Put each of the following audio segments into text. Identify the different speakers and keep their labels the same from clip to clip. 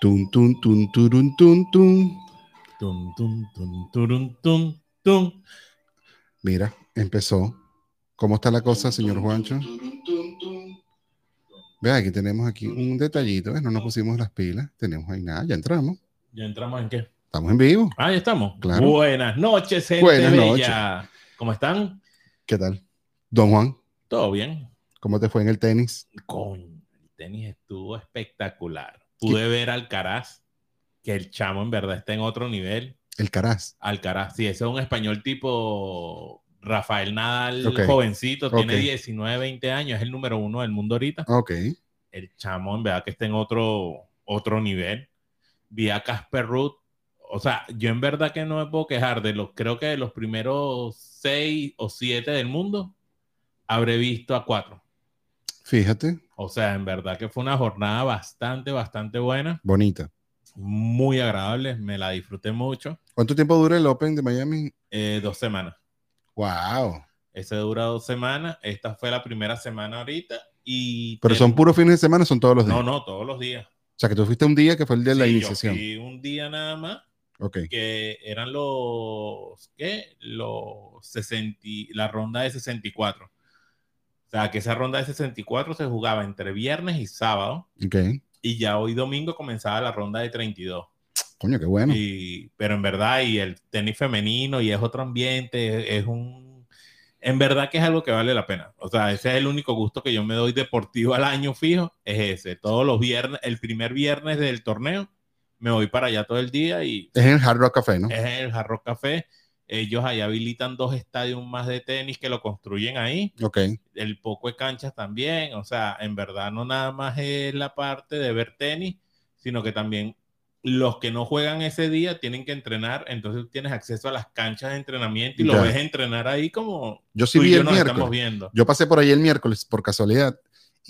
Speaker 1: Tun, tun, tun, turun, tun, tun.
Speaker 2: Tum, tum, tum, turum, tum, tum.
Speaker 1: Mira, empezó. ¿Cómo está la cosa, señor Juancho? Vea, aquí tenemos aquí un detallito. ¿ves? No nos pusimos las pilas. Tenemos ahí nada. Ya entramos.
Speaker 2: ¿Ya entramos en qué?
Speaker 1: Estamos en vivo.
Speaker 2: Ah, ya estamos.
Speaker 1: Claro.
Speaker 2: Buenas noches, gente
Speaker 1: Buenas
Speaker 2: bella. ¿Cómo están?
Speaker 1: ¿Qué tal? Don Juan,
Speaker 2: ¿Todo bien?
Speaker 1: ¿cómo te fue en el tenis?
Speaker 2: Con el tenis estuvo espectacular. Pude ver a Alcaraz, que el chamo en verdad está en otro nivel.
Speaker 1: El Caraz.
Speaker 2: Alcaraz, sí, ese es un español tipo Rafael Nadal,
Speaker 1: Ok.
Speaker 2: jovencito, tiene
Speaker 1: Ok.
Speaker 2: 19, 20 años, es el número uno del mundo ahorita.
Speaker 1: Ok.
Speaker 2: el chamo en verdad que está en otro, otro nivel. Vi a Casper Ruth. O sea, yo en verdad que no me puedo quejar de los, creo que de los primeros seis o siete del mundo, habré visto a cuatro.
Speaker 1: Fíjate,
Speaker 2: O sea, en verdad que fue una jornada bastante, bastante buena,
Speaker 1: bonita.
Speaker 2: muy agradable, me la disfruté mucho.
Speaker 1: ¿Cuánto tiempo dura el Open de Miami?
Speaker 2: Eh, dos semanas.
Speaker 1: ¡Wow!
Speaker 2: Ese dura dos semanas. Esta fue la primera semana ahorita. Y
Speaker 1: Pero son puros fines de semana, son todos los días.
Speaker 2: No, no, todos los días.
Speaker 1: O sea, que tú fuiste un día que fue el de la
Speaker 2: Sí, yo
Speaker 1: iniciación.
Speaker 2: fui un día nada más.
Speaker 1: Ok.
Speaker 2: que eran los ¿qué? los 60, y- la ronda de 64. O sea, que esa ronda de 64 se jugaba entre viernes y sábado
Speaker 1: Ok.
Speaker 2: y ya hoy domingo comenzaba la ronda de 32.
Speaker 1: Coño, qué bueno.
Speaker 2: Y, pero en verdad y el tenis femenino y es otro ambiente, es, es un en verdad que es algo que vale la pena. O sea, ese es el único gusto que yo me doy deportivo al año fijo, es ese. Todos los viernes, el primer viernes del torneo, me voy para allá todo el día y
Speaker 1: Es en el Hard Rock Café, ¿no?
Speaker 2: es el Jarro Café. Ellos ahí habilitan dos estadios más de tenis que lo construyen ahí.
Speaker 1: Ok.
Speaker 2: El poco de canchas también. O sea, en verdad no nada más es la parte de ver tenis, sino que también los que no juegan ese día tienen que entrenar. Entonces tienes acceso a las canchas de entrenamiento y lo
Speaker 1: Ya.
Speaker 2: ves entrenar ahí como
Speaker 1: Yo sí
Speaker 2: tú y
Speaker 1: vi
Speaker 2: yo
Speaker 1: el
Speaker 2: nos estamos
Speaker 1: miércoles.
Speaker 2: viendo.
Speaker 1: Yo pasé por ahí el miércoles por casualidad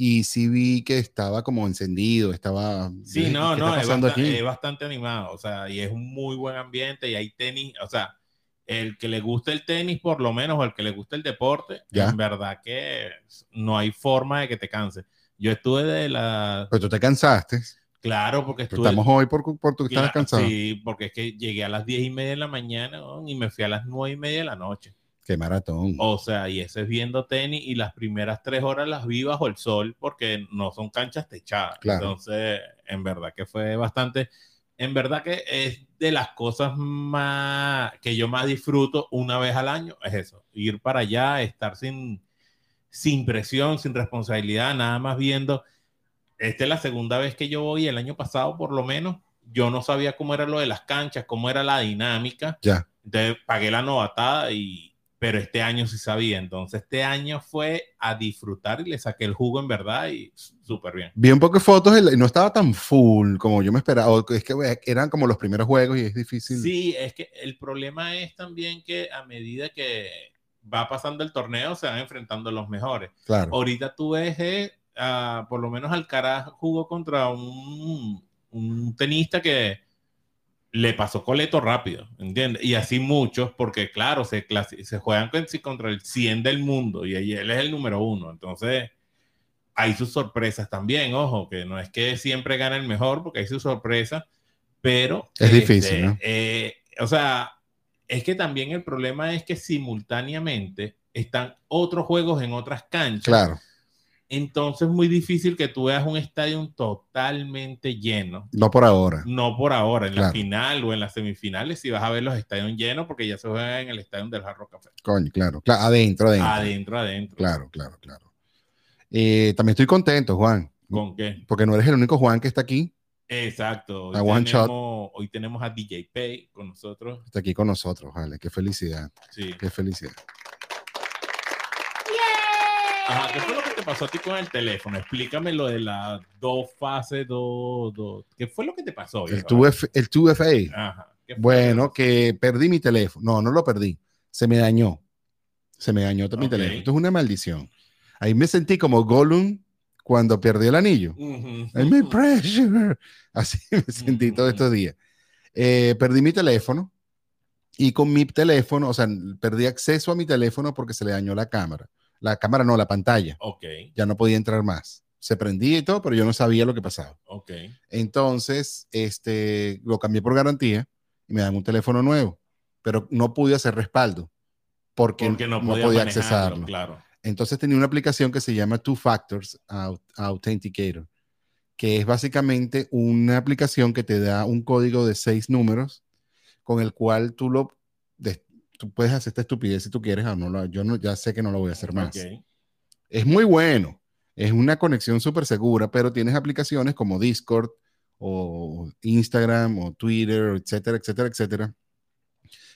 Speaker 1: y sí vi que estaba como encendido, estaba.
Speaker 2: Sí,
Speaker 1: Dije,
Speaker 2: no,
Speaker 1: ¿qué
Speaker 2: no,
Speaker 1: está
Speaker 2: es
Speaker 1: pasando
Speaker 2: bastante,
Speaker 1: aquí?
Speaker 2: es bastante animado, o sea, y es un muy buen ambiente y hay tenis, o sea, el que le guste el tenis por lo menos o el que le guste el deporte,
Speaker 1: Ya.
Speaker 2: en verdad que no hay forma de que te canse. Yo estuve de la,
Speaker 1: Pero tú te cansaste.
Speaker 2: claro, porque
Speaker 1: Pero
Speaker 2: estuve,
Speaker 1: estamos hoy por, por tu que estabas
Speaker 2: claro,
Speaker 1: cansado.
Speaker 2: sí, porque es que llegué a las diez y media de la mañana ¿no? y me fui a las nueve y media de la noche,
Speaker 1: Qué maratón.
Speaker 2: o sea, y eso es viendo tenis y las primeras tres horas las vi bajo el sol porque no son canchas techadas.
Speaker 1: Claro.
Speaker 2: Entonces, en verdad que fue bastante, en verdad que es de las cosas más que yo más disfruto una vez al año, es eso, ir para allá, estar sin, sin presión, sin responsabilidad, nada más viendo. Esta es la segunda vez que yo voy, el año pasado por lo menos, yo no sabía cómo era lo de las canchas, cómo era la dinámica.
Speaker 1: Ya.
Speaker 2: Entonces pagué la novatada y pero este año sí sabía, entonces este año fue a disfrutar y le saqué el jugo en verdad y súper bien.
Speaker 1: Vi un poco de fotos y no estaba tan full como yo me esperaba. O Es que eh, eran como los primeros juegos y es difícil.
Speaker 2: Sí, es que el problema es también que a medida que va pasando el torneo se van enfrentando los mejores.
Speaker 1: Claro.
Speaker 2: Ahorita tú ves, eh, ah, por lo menos Alcaraz jugó contra un, un tenista que le pasó coleto rápido, ¿entiendes? Y así muchos, porque claro, se, clasi- se juegan con- contra el 100 del mundo y ahí él es el número uno. Entonces, hay sus sorpresas también, ojo, que no es que siempre gana el mejor, porque hay sus sorpresas, pero... este,
Speaker 1: Es difícil, ¿no?
Speaker 2: eh, o sea, es que también el problema es que simultáneamente están otros juegos en otras canchas.
Speaker 1: Claro.
Speaker 2: Entonces es muy difícil que tú veas un estadio totalmente lleno.
Speaker 1: No por ahora.
Speaker 2: No por ahora, en la
Speaker 1: Claro.
Speaker 2: final o en las semifinales, si vas a ver los estadios llenos, porque ya se juega en el estadio del Jarro Café.
Speaker 1: Coño, claro. Cla- adentro, adentro.
Speaker 2: Adentro, adentro.
Speaker 1: Claro, claro, claro. Eh, también estoy contento, Juan.
Speaker 2: ¿Con qué?
Speaker 1: Porque no eres el único Juan que está aquí.
Speaker 2: Exacto. Hoy,
Speaker 1: A one shot.
Speaker 2: tenemos, hoy tenemos a DJ Pay con nosotros.
Speaker 1: Está aquí con nosotros, vale. Qué felicidad.
Speaker 2: Sí.
Speaker 1: Qué felicidad.
Speaker 2: Ajá, ¿qué fue lo que te pasó a ti con el teléfono? Explícame lo de las dos fases, dos, dos. ¿Qué fue lo que te pasó?
Speaker 1: El
Speaker 2: Iván?
Speaker 1: 2F el 2FA.
Speaker 2: Ajá. ¿Qué fue?
Speaker 1: Bueno, que perdí mi teléfono. No, no lo perdí. Se me dañó. Se me dañó mi
Speaker 2: Ok.
Speaker 1: teléfono. Esto es una maldición. Ahí me sentí como Gollum cuando perdí el anillo.
Speaker 2: Ujú.
Speaker 1: I'm in pressure. Así me sentí todos estos días. Eh, perdí mi teléfono y con mi teléfono, o sea, perdí acceso a mi teléfono porque se le dañó la cámara. La cámara no, la pantalla.
Speaker 2: Ok.
Speaker 1: Ya no podía entrar más. se prendía y todo, pero yo no sabía lo que pasaba.
Speaker 2: Ok.
Speaker 1: Entonces, este, lo cambié por garantía y me dan un teléfono nuevo, pero no pude hacer respaldo porque,
Speaker 2: Porque no podía, manejarlo,
Speaker 1: accesarlo.
Speaker 2: Claro.
Speaker 1: Entonces tenía una aplicación que se llama Two Factors Au- Authenticator, que es básicamente una aplicación que te da un código de seis números con el cual tú lo des- tú puedes hacer esta estupidez si tú quieres o no. lo- Yo no, ya sé que no lo voy a hacer más.
Speaker 2: Ok.
Speaker 1: Es muy bueno. Es una conexión súper segura, pero tienes aplicaciones como Discord o Instagram o Twitter, etcétera, etcétera, etcétera,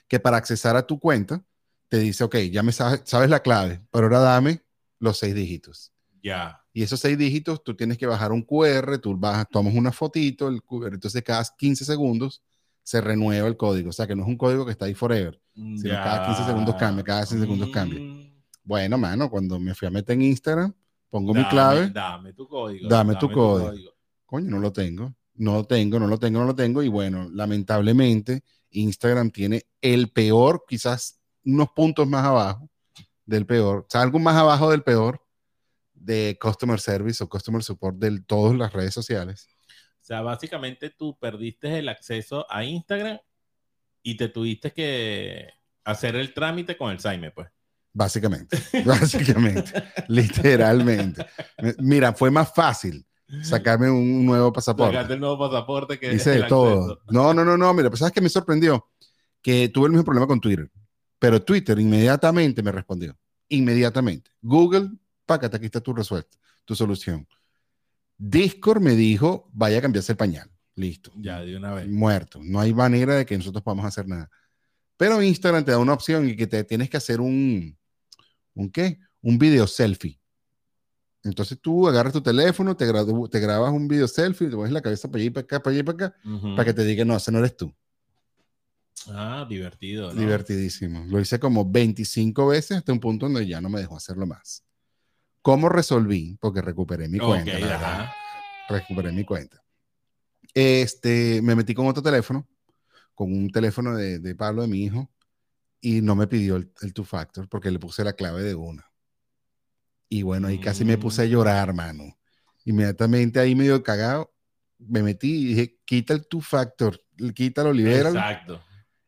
Speaker 1: que para accesar a tu cuenta te dice, ok, ya me sabes, sabes la clave, pero ahora dame los seis dígitos.
Speaker 2: Ya.
Speaker 1: Y esos seis dígitos tú tienes que bajar un QR, tú bajas, tomas una fotito, el QR, entonces cada 15 segundos se renueva el código. O sea que no es un código que está ahí forever.
Speaker 2: Si
Speaker 1: no, cada 15 segundos cambia, cada 15 segundos cambia.
Speaker 2: Mm,
Speaker 1: Bueno, mano, cuando me fui a meter en Instagram, pongo mi clave.
Speaker 2: Dame tu código.
Speaker 1: Dame tu código. coño, no lo tengo, no lo tengo, no lo tengo, no lo tengo. Y bueno, lamentablemente, Instagram tiene el peor, quizás unos puntos más abajo del peor, o sea, algo más abajo del peor de customer service o customer support de todas las redes sociales.
Speaker 2: O sea, básicamente tú perdiste el acceso a Instagram y te tuviste que hacer el trámite con el Saime, pues.
Speaker 1: Básicamente, básicamente, literalmente. Me- Mira, fue más fácil sacarme un nuevo pasaporte.
Speaker 2: Sacaste el nuevo pasaporte que
Speaker 1: Hice
Speaker 2: el
Speaker 1: de todo.
Speaker 2: acceso.
Speaker 1: No, no, no, no. Mira, pues sabes que me sorprendió que tuve el mismo problema con Twitter. Pero Twitter inmediatamente me respondió. Inmediatamente. Google, pácate, aquí está tu resuelta, tu solución. Discord me dijo, vaya a cambiarse el pañal. Listo.
Speaker 2: Ya, de una vez.
Speaker 1: Muerto. No hay manera de que nosotros podamos hacer nada. Pero Instagram te da una opción y que te tienes que hacer un, ¿un qué? Un video selfie. Entonces tú agarras tu teléfono, te, gradu- te grabas un video selfie, te pones la cabeza para allí, para acá, para allí, para acá,
Speaker 2: Ujú.
Speaker 1: para que te diga, no, ese no eres tú.
Speaker 2: Ah, divertido. ¿no?
Speaker 1: Divertidísimo. Lo hice como 25 veces hasta un punto donde ya no me dejó hacerlo más. ¿Cómo resolví? Porque recuperé mi
Speaker 2: Ok,
Speaker 1: cuenta. la
Speaker 2: ajá.
Speaker 1: verdad. Recuperé mi cuenta. Este, me metí con otro teléfono, con un teléfono de, de Pablo, de mi hijo, y no me pidió el, el two factor porque le puse la clave de una. Y bueno, ahí casi me
Speaker 2: Mm.
Speaker 1: puse a llorar, mano. Inmediatamente ahí medio cagado, me metí y dije, quita el two factor, quítalo, libéralo.
Speaker 2: Exacto.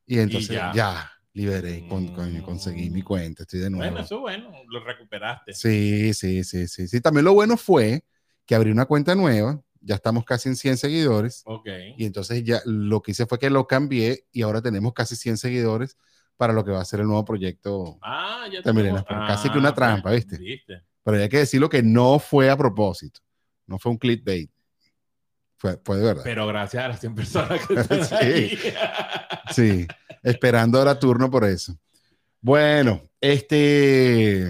Speaker 1: Y entonces
Speaker 2: ya.
Speaker 1: ya. Mm. liberé, con, con- conseguí mi cuenta, estoy de nuevo.
Speaker 2: Bueno, eso es bueno, lo recuperaste.
Speaker 1: sí, sí, sí, sí, sí. También lo bueno fue que abrí una cuenta nueva, ya estamos casi en 100 seguidores,
Speaker 2: Ok.
Speaker 1: y entonces ya lo que hice fue que lo cambié y ahora tenemos casi 100 seguidores para lo que va a ser el nuevo proyecto.
Speaker 2: Ah, ya
Speaker 1: Te miré
Speaker 2: tenemos-
Speaker 1: las- pero casi que una
Speaker 2: pues,
Speaker 1: trampa, ¿viste?
Speaker 2: ¿Viste?
Speaker 1: Pero hay que decirlo que no fue a propósito, no fue un clickbait, fue, fue de verdad.
Speaker 2: Pero gracias a las 100 personas que están
Speaker 1: Sí.
Speaker 2: ahí.
Speaker 1: Sí, esperando ahora turno por eso. Bueno, este,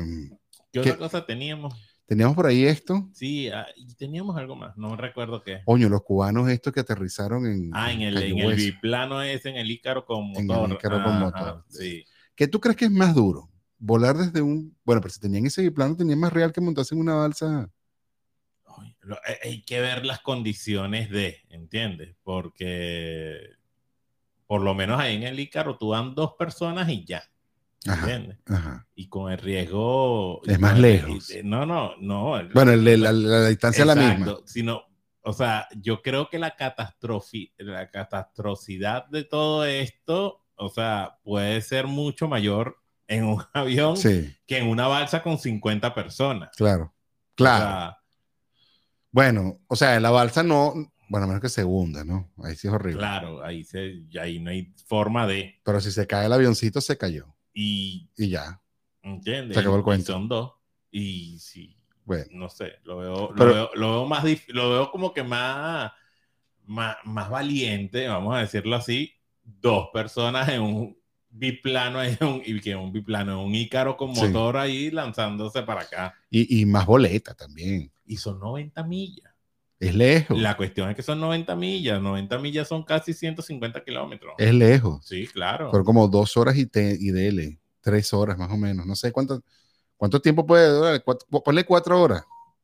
Speaker 1: ¿Qué?
Speaker 2: ¿Qué otra cosa teníamos?
Speaker 1: teníamos por ahí esto.
Speaker 2: Sí, ah, y teníamos algo más, no recuerdo qué.
Speaker 1: Coño, los cubanos estos que aterrizaron en,
Speaker 2: Ah, en el,
Speaker 1: Cayo
Speaker 2: en el
Speaker 1: Hueso.
Speaker 2: biplano ese, en el Ícaro con
Speaker 1: En el
Speaker 2: motor.
Speaker 1: Ícaro con
Speaker 2: Ajá,
Speaker 1: motor.
Speaker 2: Sí.
Speaker 1: ¿Qué tú crees que es más duro? Volar desde un... Bueno, pero si tenían ese biplano, tenían más real que montarse en una balsa.
Speaker 2: Ay, lo- hay- hay que ver las condiciones de, ¿entiendes? Porque por lo menos ahí en el Ícaro tú van dos personas y ya,
Speaker 1: Ajá,
Speaker 2: ¿entiendes?
Speaker 1: ajá.
Speaker 2: Y con el riesgo...
Speaker 1: Es más
Speaker 2: y-
Speaker 1: lejos.
Speaker 2: y- No, no, no. el-
Speaker 1: Bueno, el- el- la, la- la distancia es la misma.
Speaker 2: Exacto, Sino, o sea, yo creo que la catastrofi, la catastrocidad de todo esto, o sea, puede ser mucho mayor en un avión
Speaker 1: Sí,
Speaker 2: que en una balsa con 50 personas.
Speaker 1: claro.
Speaker 2: O
Speaker 1: Claro.
Speaker 2: sea,
Speaker 1: Bueno, o sea, en la balsa no... Bueno, a menos que se hunda, ¿no? Ahí sí es horrible.
Speaker 2: claro, ahí, se, ahí no hay forma de.
Speaker 1: Pero si se cae el avioncito, se cayó.
Speaker 2: Y,
Speaker 1: Y ya.
Speaker 2: ¿entiendes?
Speaker 1: Se acabó el
Speaker 2: Y
Speaker 1: cuento.
Speaker 2: Son dos. Y sí,
Speaker 1: Bueno.
Speaker 2: no sé, lo veo, lo
Speaker 1: Pero-
Speaker 2: veo, lo veo más dif- lo veo como que más, más, más valiente, vamos a decirlo así, dos personas en un biplano en un, y que un biplano en un ícaro con
Speaker 1: Sí.
Speaker 2: motor ahí lanzándose para acá.
Speaker 1: Y, y más boleta también.
Speaker 2: Y son 90 millas.
Speaker 1: Es lejos.
Speaker 2: La cuestión es que son 90 millas. 90 millas son casi 150 kilómetros.
Speaker 1: Es lejos.
Speaker 2: Sí, claro.
Speaker 1: Fueron como dos horas y, te- y dele, tres horas más o menos. No sé cuánto, cuánto tiempo puede durar. cuatro- po- ponle cuatro horas.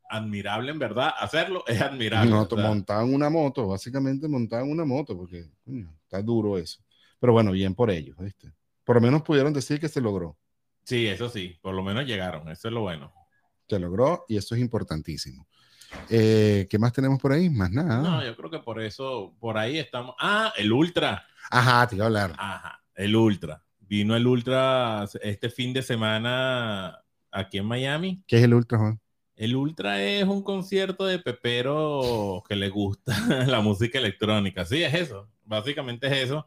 Speaker 2: Admirable, en verdad. Hacerlo es admirable.
Speaker 1: No,
Speaker 2: o sea,
Speaker 1: montaban una moto, básicamente montaban una moto, porque coño, está duro eso. Pero bueno, bien por ellos, ¿viste? Por lo menos pudieron decir que se logró.
Speaker 2: sí, eso sí. Por lo menos llegaron. Eso es lo bueno.
Speaker 1: Se logró y eso es importantísimo. Eh, ¿Qué más tenemos por ahí? Más nada.
Speaker 2: No, yo creo que por eso, por ahí estamos. Ah, el Ultra.
Speaker 1: Ajá, te iba a hablar.
Speaker 2: Ajá, el Ultra. Vino el Ultra este fin de semana aquí en Miami.
Speaker 1: ¿Qué es el Ultra, Juan?
Speaker 2: El Ultra es un concierto de pepero que le gusta la música electrónica. Sí, es eso. Básicamente es eso.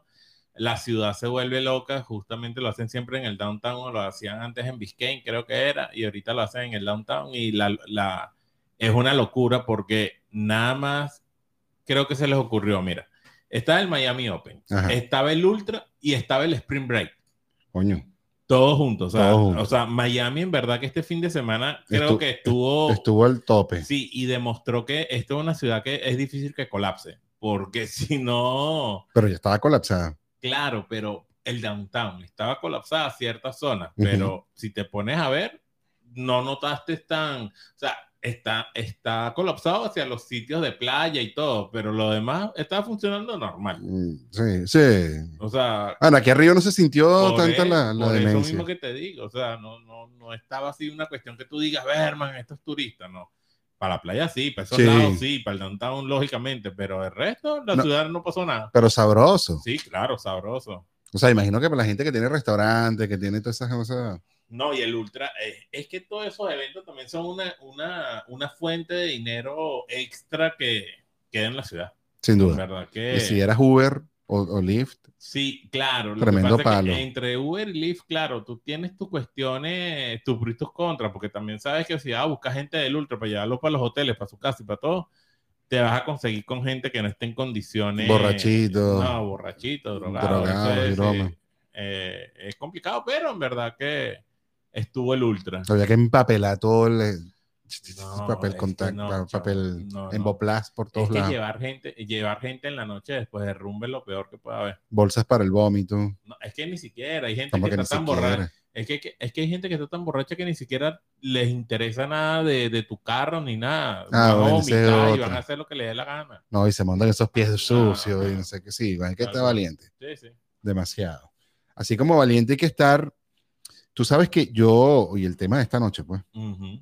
Speaker 2: La ciudad se vuelve loca. Justamente lo hacen siempre en el downtown o lo hacían antes en Biscayne, creo que era. Y ahorita lo hacen en el downtown. Y la, la- es una locura porque nada más creo que se les ocurrió. Mira, estaba el Miami Open,
Speaker 1: Ajá,
Speaker 2: estaba el Ultra y estaba el Spring Break.
Speaker 1: coño.
Speaker 2: Todos juntos. O sea,
Speaker 1: Todos juntos.
Speaker 2: o sea, Miami en verdad que este fin de semana creo
Speaker 1: Estu-
Speaker 2: que estuvo...
Speaker 1: Estuvo al tope.
Speaker 2: Sí, y demostró que esto es una ciudad que es difícil que colapse, porque si no,
Speaker 1: Pero ya estaba colapsada.
Speaker 2: claro, pero el downtown estaba colapsada ciertas zonas,
Speaker 1: Ujú.
Speaker 2: pero si te pones a ver, no notaste tan, o sea, está, está colapsado hacia los sitios de playa y todo, pero lo demás está funcionando normal.
Speaker 1: Mm, Sí, sí.
Speaker 2: O sea,
Speaker 1: Ahora, aquí arriba no se sintió
Speaker 2: por
Speaker 1: tanta
Speaker 2: e-
Speaker 1: la, la
Speaker 2: por eso
Speaker 1: demencia.
Speaker 2: mismo que te digo, o sea, no, no, no estaba así una cuestión que tú digas, Berman, estos turistas, no. Para la playa sí, para esos
Speaker 1: Sí.
Speaker 2: lados sí, para el downtown lógicamente, pero el resto, la
Speaker 1: No.
Speaker 2: ciudad no pasó nada.
Speaker 1: Pero sabroso.
Speaker 2: Sí, claro, sabroso.
Speaker 1: O sea, imagino que para la gente que tiene restaurante, que tiene todas esas cosas.
Speaker 2: No, y el ultra, eh, es que todos esos eventos también son una, una, una fuente de dinero extra que queda en la ciudad.
Speaker 1: Sin duda.
Speaker 2: ¿Verdad? Que,
Speaker 1: Y si eras Uber o, o Lyft,
Speaker 2: Sí, claro. Lo
Speaker 1: Tremendo
Speaker 2: que pasa
Speaker 1: palo.
Speaker 2: Es que entre Uber y Lyft, claro, tú tienes tus cuestiones, tus pros y tus contras, porque también sabes que si vas a buscar gente del Ultra para llevarlo para los hoteles, para su casa y para todo, te vas a conseguir con gente que no esté en condiciones.
Speaker 1: borrachito.
Speaker 2: No, borrachito, drogado.
Speaker 1: Drogado,
Speaker 2: Entonces,
Speaker 1: broma.
Speaker 2: sí, eh, es complicado, pero en verdad que estuvo el Ultra.
Speaker 1: Había que empapelar todo el eh,
Speaker 2: No,
Speaker 1: papel
Speaker 2: es
Speaker 1: contact,
Speaker 2: que no,
Speaker 1: pa-
Speaker 2: chavo,
Speaker 1: papel
Speaker 2: no, no.
Speaker 1: emboplast por
Speaker 2: Es
Speaker 1: todos
Speaker 2: que
Speaker 1: lados.
Speaker 2: llevar gente, llevar gente en la noche después de rumbe es lo peor que puede haber.
Speaker 1: Bolsas para el vómito.
Speaker 2: No, es que ni siquiera hay gente
Speaker 1: Como
Speaker 2: que,
Speaker 1: que ni
Speaker 2: está tan borracha.
Speaker 1: siquiera.
Speaker 2: Es que, que- es que hay gente que está tan borracha que ni siquiera les interesa nada de, de tu carro ni nada.
Speaker 1: Ah,
Speaker 2: van
Speaker 1: bueno,
Speaker 2: a
Speaker 1: esa es
Speaker 2: vomitar y
Speaker 1: otra.
Speaker 2: van a hacer lo que les dé la gana.
Speaker 1: No, y se montan esos pies sucios y
Speaker 2: no.
Speaker 1: no sé qué. Sí, hay que estar
Speaker 2: Claro.
Speaker 1: valiente.
Speaker 2: Sí, sí.
Speaker 1: Demasiado. Así como valiente hay que estar. Tú sabes que yo, y el tema de esta noche, pues,
Speaker 2: Ujú.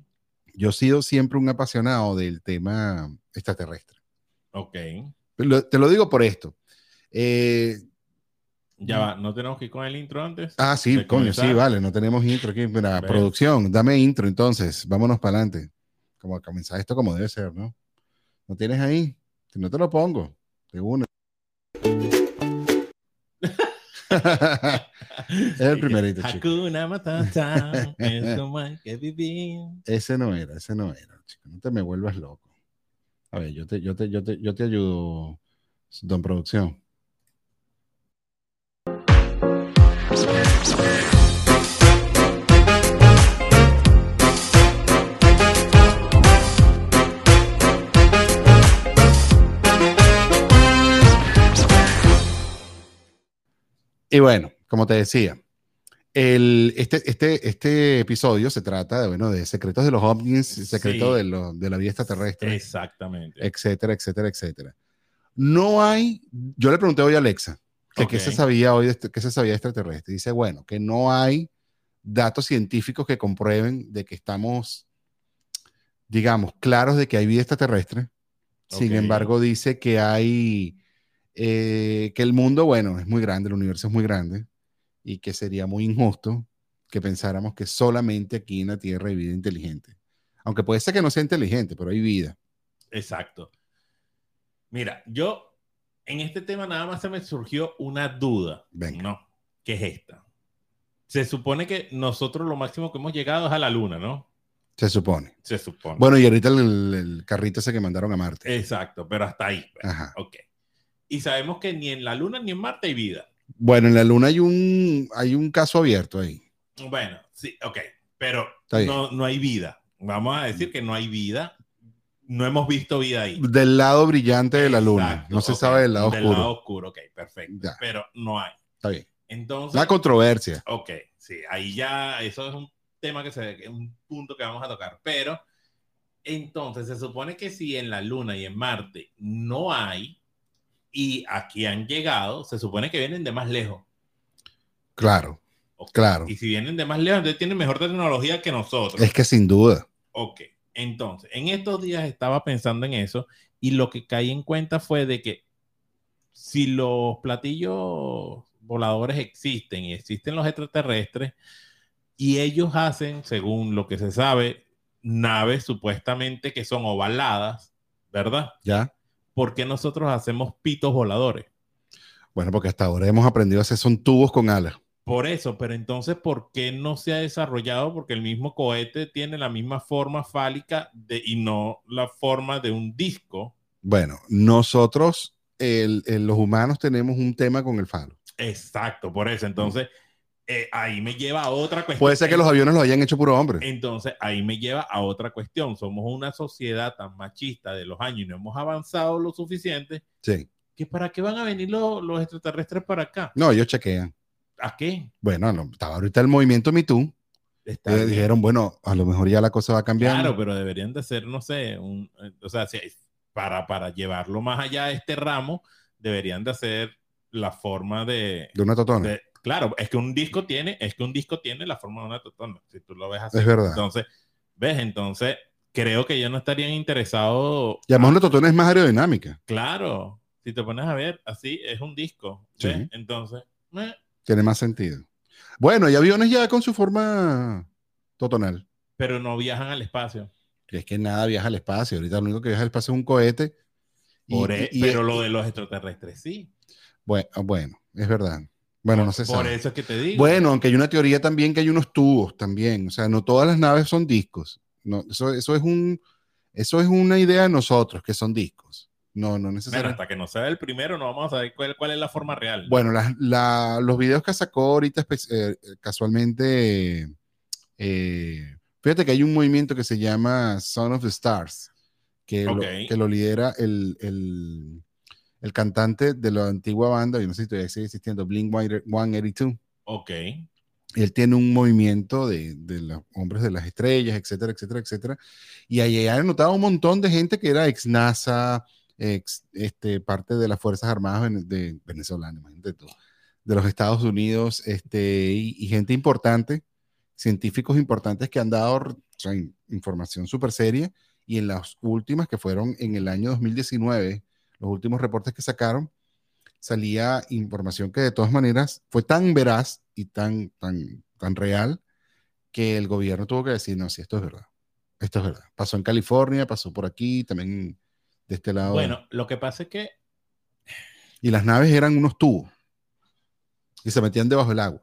Speaker 1: yo he sido siempre un apasionado del tema extraterrestre.
Speaker 2: Ok.
Speaker 1: Lo- te lo digo por esto. Eh,
Speaker 2: Ya va, ¿no tenemos que ir con el intro antes?
Speaker 1: Mm. Ah, sí,
Speaker 2: de
Speaker 1: coño, sí,
Speaker 2: comenzar.
Speaker 1: vale, no tenemos intro aquí. Mira,
Speaker 2: Ven.
Speaker 1: producción, dame intro entonces, vámonos para adelante. Como a comenzar esto como debe ser, ¿no? ¿No tienes ahí? Si no te lo pongo, de una.
Speaker 2: Es
Speaker 1: el primerito, chico.
Speaker 2: Hakuna Matata es como hay que vivir.
Speaker 1: ese no era, ese no era, chico. No te me vuelvas loco. A ver, yo te, yo te, yo te, yo te ayudo, don producción. Y bueno, como te decía, el, este, este, este episodio se trata de, bueno, de secretos de los ovnis, secretos
Speaker 2: Sí.
Speaker 1: de, lo- de la vida extraterrestre,
Speaker 2: Exactamente.
Speaker 1: etcétera, etcétera, etcétera. No hay, yo le pregunté hoy a Alexa, que qué se
Speaker 2: Ok.
Speaker 1: sabía hoy, de este- qué se sabía de extraterrestre. Dice, bueno, que no hay datos científicos que comprueben de que estamos, digamos, claros de que hay vida extraterrestre. Sin
Speaker 2: Ok.
Speaker 1: embargo, dice que hay, eh, que el mundo, bueno, es muy grande, el universo es muy grande y que sería muy injusto que pensáramos que solamente aquí en la Tierra hay vida inteligente. Aunque puede ser que no sea inteligente, pero hay vida.
Speaker 2: Exacto. Mira, yo en este tema nada más se me surgió una duda.
Speaker 1: Venga.
Speaker 2: No, ¿qué es esta? Se supone que nosotros lo máximo que hemos llegado es a la luna, ¿no?
Speaker 1: Se supone.
Speaker 2: Se supone.
Speaker 1: Bueno, y ahorita el, el carrito ese que mandaron a
Speaker 2: Eh.
Speaker 1: Marte.
Speaker 2: Exacto, pero hasta ahí. pues.
Speaker 1: Ajá.
Speaker 2: Ok. Y sabemos que ni en la luna ni en Marte hay vida.
Speaker 1: Bueno, en la Luna hay un, hay un caso abierto ahí.
Speaker 2: Bueno, sí, ok, pero
Speaker 1: Está bien.
Speaker 2: no, no hay vida. Vamos a decir que no hay vida. No hemos visto vida ahí.
Speaker 1: Del lado brillante de la Luna.
Speaker 2: Exacto,
Speaker 1: no se
Speaker 2: ok.
Speaker 1: sabe del lado
Speaker 2: Del
Speaker 1: oscuro.
Speaker 2: lado oscuro, ok, perfecto.
Speaker 1: Ya.
Speaker 2: Pero no hay.
Speaker 1: Está bien.
Speaker 2: Entonces,
Speaker 1: La controversia.
Speaker 2: Ok, sí, ahí ya, eso es un tema que se, que es un punto que vamos a tocar, pero entonces se supone que si en la Luna y en Marte no hay y aquí han llegado, se supone que vienen de más lejos.
Speaker 1: Claro,
Speaker 2: Ok.
Speaker 1: claro.
Speaker 2: Y si vienen de más lejos, entonces tienen mejor tecnología que nosotros.
Speaker 1: Es que sin duda.
Speaker 2: Ok, Entonces, en estos días estaba pensando en eso y lo que caí en cuenta fue de que si los platillos voladores existen y existen los extraterrestres y ellos hacen, según lo que se sabe, naves supuestamente que son ovaladas, ¿verdad?
Speaker 1: ¿Ya?
Speaker 2: ¿Por qué nosotros hacemos pitos voladores?
Speaker 1: Bueno, porque hasta ahora hemos aprendido a hacer son tubos con alas.
Speaker 2: Por eso, pero entonces, ¿por qué no se ha desarrollado? Porque el mismo cohete tiene la misma forma fálica de, y no la forma de un disco.
Speaker 1: Bueno, nosotros, el- el- los humanos, tenemos un tema con el falo.
Speaker 2: Exacto, por eso. Entonces, eh, ahí me lleva a otra cuestión.
Speaker 1: Puede ser que los aviones lo hayan hecho puro
Speaker 2: Eh.
Speaker 1: hombre.
Speaker 2: Entonces, ahí me lleva a otra cuestión. Somos una sociedad tan machista de los años y no hemos avanzado lo suficiente
Speaker 1: Sí.
Speaker 2: que para qué van a venir lo- los extraterrestres para acá.
Speaker 1: No, ellos chequean.
Speaker 2: ¿A qué?
Speaker 1: Bueno, no, estaba ahorita el movimiento Me Too.
Speaker 2: Está
Speaker 1: Ellos
Speaker 2: bien.
Speaker 1: dijeron, bueno, a lo mejor ya la cosa va a cambiar.
Speaker 2: Claro, pero deberían de ser, no sé, un, eh, o sea, si- para, para llevarlo más allá de este ramo, deberían de hacer la forma de,
Speaker 1: De una totona.
Speaker 2: de- Claro, es que un disco tiene, es que un disco tiene la forma de una totona, si tú lo ves así.
Speaker 1: Es verdad.
Speaker 2: Entonces, ves, entonces, creo que ya no estarían interesados.
Speaker 1: Y además una totona es más aerodinámica.
Speaker 2: Claro, si te pones a ver, así es un disco. ¿ves?
Speaker 1: Sí.
Speaker 2: Entonces, eh,
Speaker 1: Tiene más sentido. Bueno, y aviones ya con su forma totonal.
Speaker 2: pero no viajan al espacio.
Speaker 1: Es que nada viaja al espacio. Ahorita lo único que viaja al espacio es un cohete. Y-
Speaker 2: Por
Speaker 1: y-
Speaker 2: e-
Speaker 1: y-
Speaker 2: pero lo de los extraterrestres, sí.
Speaker 1: Bueno, ah, bueno, es verdad. Bueno, no se
Speaker 2: Por
Speaker 1: sabe.
Speaker 2: eso es que te digo.
Speaker 1: Bueno, aunque hay una teoría también que hay unos tubos también. O sea, no todas las naves son discos. No, eso, eso, es un, eso es una idea de nosotros, que son discos. No, no
Speaker 2: Bueno,
Speaker 1: necesariamente.
Speaker 2: hasta que no sea el primero, no vamos a saber cuál, cuál es la forma real.
Speaker 1: Bueno, las- la- los videos que sacó ahorita espe- eh, casualmente, eh, fíjate que hay un movimiento que se llama Son of the Stars, que,
Speaker 2: Ok.
Speaker 1: lo, que lo lidera el, el- el cantante de la antigua banda, yo no sé si todavía sigue existiendo, Blink 182.
Speaker 2: Ok.
Speaker 1: Ah, Él tiene un movimiento de, de los hombres de las estrellas, etcétera, etcétera, etcétera. Y allí han notado un montón de gente que era ex NASA, ex este, parte de las Fuerzas Armadas vene- de, venezolanas, imagínate tú, de los Estados Unidos, este, y, y gente importante, científicos importantes que han dado o sea, in- información súper seria. Y en las últimas, que fueron en el año 2019, los últimos reportes que sacaron, salía información que de todas maneras fue tan veraz y tan, tan, tan real que el gobierno tuvo que decir, no, sí, esto es verdad. Esto es verdad. Pasó en California, pasó por aquí, también de este lado.
Speaker 2: Bueno, lo que pasa es que,
Speaker 1: Y las naves eran unos tubos y se metían debajo del agua.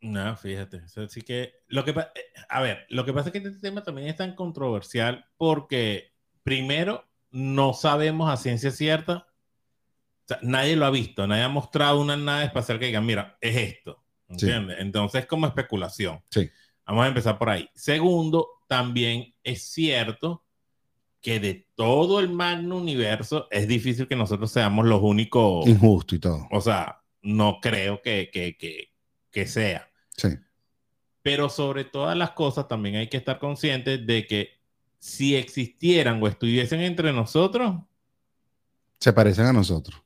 Speaker 2: no, fíjate, eso sí que, lo que, pa- eh, a ver, lo que pasa es que este tema también es tan controversial porque, primero, no sabemos a ciencia cierta, o sea, nadie lo ha visto, nadie ha mostrado una nave espacial que diga, mira, es esto,
Speaker 1: Sí.
Speaker 2: ¿entiendes? Entonces, como especulación.
Speaker 1: Sí.
Speaker 2: Vamos a empezar por ahí. Segundo, también es cierto que de todo el magno universo es difícil que nosotros seamos los únicos.
Speaker 1: Injusto y todo.
Speaker 2: O sea, no creo que, que, que, que sea.
Speaker 1: Sí.
Speaker 2: Pero sobre todas las cosas también hay que estar conscientes de que si existieran o estuviesen entre nosotros,
Speaker 1: Se parecen a nosotros.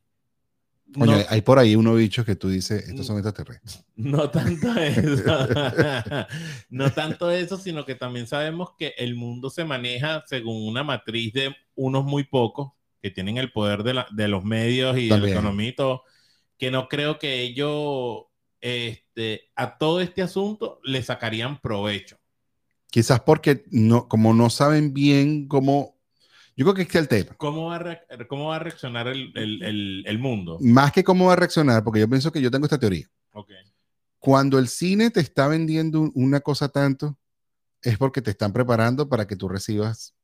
Speaker 1: Coño,
Speaker 2: no,
Speaker 1: hay, hay por ahí unos bichos que tú dices, estos son extraterrestres.
Speaker 2: no tanto eso. no tanto eso, sino que también sabemos que el mundo se maneja según una matriz de unos muy pocos que tienen el poder de, la- de los medios y de
Speaker 1: También.
Speaker 2: la economía y todo, que no creo que ellos este, a todo este asunto le sacarían provecho.
Speaker 1: Quizás porque no, como no saben bien cómo... Yo creo que es que el tema.
Speaker 2: ¿Cómo va a, reac- cómo va a reaccionar el, el- el- el mundo?
Speaker 1: Más que cómo va a reaccionar, porque yo pienso que yo tengo esta teoría.
Speaker 2: Ok.
Speaker 1: cuando el cine te está vendiendo un- una cosa tanto, es porque te están preparando para que tú recibas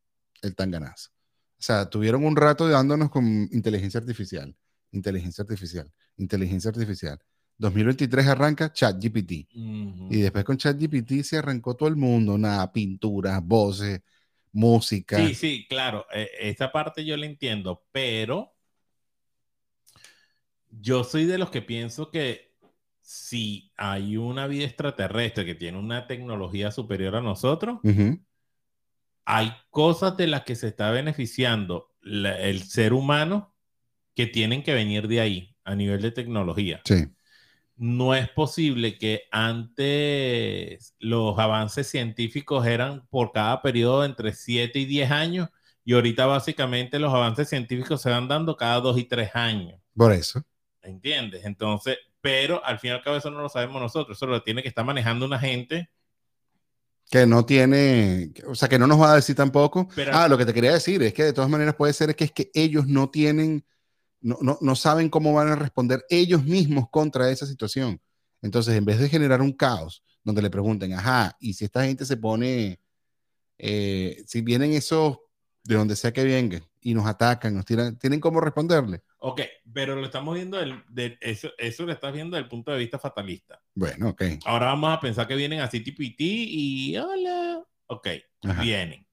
Speaker 1: el tan ganazo. O sea, tuvieron un rato dándonos con inteligencia artificial, inteligencia artificial, inteligencia artificial. 2023 arranca ChatGPT.
Speaker 2: Ujú.
Speaker 1: Y después con ChatGPT se arrancó todo el mundo, nada, pinturas, voces, música.
Speaker 2: Sí, sí, claro. eh, esa parte yo la entiendo, pero yo soy de los que pienso que si hay una vida extraterrestre que tiene una tecnología superior a nosotros,
Speaker 1: Ujú.
Speaker 2: hay cosas de las que se está beneficiando la- el ser humano que tienen que venir de ahí a nivel de tecnología.
Speaker 1: Sí.
Speaker 2: no es posible que antes los avances científicos eran por cada periodo entre 7 y 10 años y ahorita básicamente los avances científicos se van dando cada 2 y 3 años.
Speaker 1: Por eso.
Speaker 2: ¿Entiendes? Entonces, pero al fin y al cabo eso no lo sabemos nosotros, eso lo tiene que estar manejando una gente.
Speaker 1: Que no tiene, o sea, que no nos va a decir tampoco.
Speaker 2: Pero-
Speaker 1: ah, lo que te quería decir es que de todas maneras puede ser que es que ellos no tienen, no, no, no saben cómo van a responder ellos mismos contra esa situación. Entonces, en vez de generar un caos donde le pregunten, ajá, y si esta gente se pone, eh, si vienen esos de donde sea que vengan y nos atacan, nos tiran, tienen cómo responderle.
Speaker 2: Ok, pero lo estamos viendo, del, del- eso, eso lo estás viendo desde el punto de vista fatalista.
Speaker 1: Bueno, ok.
Speaker 2: Ahora vamos a pensar que vienen así tipo IT y hola. Ok,
Speaker 1: Ajá.
Speaker 2: vienen.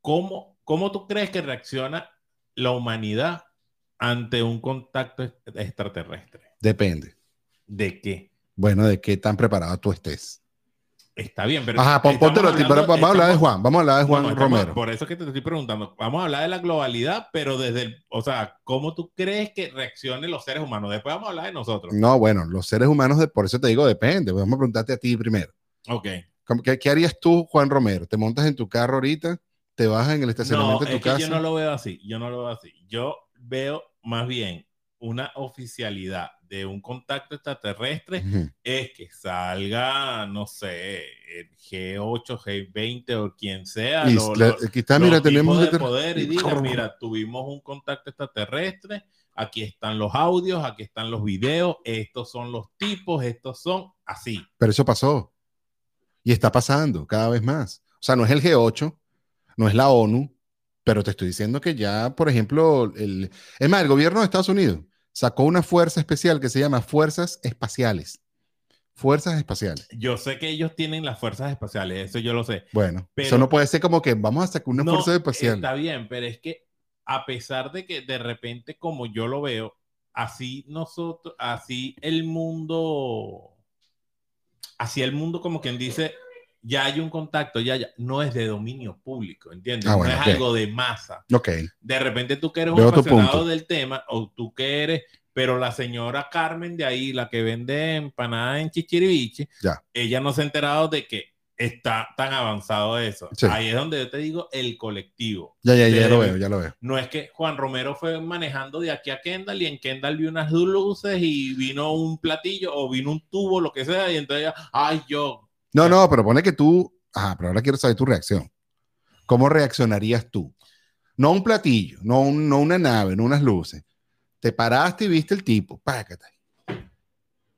Speaker 2: ¿Cómo, ¿Cómo tú crees que reacciona la humanidad ante un contacto ex- extraterrestre?
Speaker 1: Depende.
Speaker 2: ¿De qué?
Speaker 1: Bueno, de qué tan preparado tú estés.
Speaker 2: Está bien, pero.
Speaker 1: Ajá, pon-
Speaker 2: estamos
Speaker 1: póntelo a ti, pero
Speaker 2: hablando-
Speaker 1: Vamos a hablar de
Speaker 2: estamos-
Speaker 1: Juan. Vamos a hablar de Juan
Speaker 2: no, no, estamos-
Speaker 1: Romero.
Speaker 2: Por eso es que te estoy preguntando. Vamos a hablar de la globalidad, pero desde el. O sea, ¿cómo tú crees que reaccionen los seres humanos? Después vamos a hablar de nosotros.
Speaker 1: No, bueno, los seres humanos, de- por eso te digo, depende. Vamos a preguntarte a ti primero.
Speaker 2: Ok.
Speaker 1: ¿Cómo- ¿Qué, qué harías tú, Juan Romero? ¿Te montas en tu carro ahorita? ¿Te bajas en el
Speaker 2: No,
Speaker 1: estacionamiento de
Speaker 2: es
Speaker 1: tu
Speaker 2: que
Speaker 1: casa?
Speaker 2: yo no lo veo así. Yo no lo veo así. Yo veo más bien una oficialidad de un contacto extraterrestre
Speaker 1: Ujú.
Speaker 2: es que salga, no sé, el G8, G20 o quien sea.
Speaker 1: Y
Speaker 2: lo-
Speaker 1: la-
Speaker 2: lo-
Speaker 1: aquí está, Eh, mira,
Speaker 2: los
Speaker 1: tenemos...
Speaker 2: tipos de
Speaker 1: otra-
Speaker 2: poder y diga, mira, tuvimos un contacto extraterrestre, aquí están los audios, aquí están los videos, estos son los tipos, estos son así.
Speaker 1: Pero eso pasó. Y está pasando cada vez más. O sea, no es el G8, no es la ONU, pero te estoy diciendo que ya, por ejemplo, el, es más, el gobierno de Estados Unidos sacó una fuerza especial que se llama Fuerzas Espaciales. Fuerzas Espaciales.
Speaker 2: Yo sé que ellos tienen las fuerzas espaciales, eso yo lo sé.
Speaker 1: Bueno,
Speaker 2: Pero-
Speaker 1: eso no puede ser como que vamos a sacar una
Speaker 2: No,
Speaker 1: fuerza espacial.
Speaker 2: Está bien, pero es que a pesar de que de repente, como yo lo veo, así nosotros, así el mundo, así el mundo, como quien dice, ya hay un contacto, ya, ya, no es de dominio público, ¿entiendes?
Speaker 1: Ah, bueno,
Speaker 2: no es
Speaker 1: ok.
Speaker 2: algo de masa.
Speaker 1: Ok,
Speaker 2: De repente tú que eres
Speaker 1: Veo
Speaker 2: un
Speaker 1: tu
Speaker 2: apasionado
Speaker 1: punto.
Speaker 2: del tema, o tú que eres, pero la señora Carmen de ahí, la que vende empanadas en Chichiriviche,
Speaker 1: Ya.
Speaker 2: ella no se ha enterado de que está tan avanzado eso.
Speaker 1: Sí.
Speaker 2: Ahí es donde yo te digo el colectivo.
Speaker 1: ya, ya, ya
Speaker 2: Te-
Speaker 1: lo veo, ya lo veo.
Speaker 2: No es que Juan Romero fue manejando de aquí a Kendall y en Kendall vio unas luces y vino un platillo o vino un tubo, lo que sea, y entonces ella, ay, yo,
Speaker 1: No, no, pero pone que tú. Ajá, pero ahora quiero saber tu reacción. ¿Cómo reaccionarías tú? No un platillo, no, un- no una nave, no unas luces. Te paraste y viste el tipo. Pácata.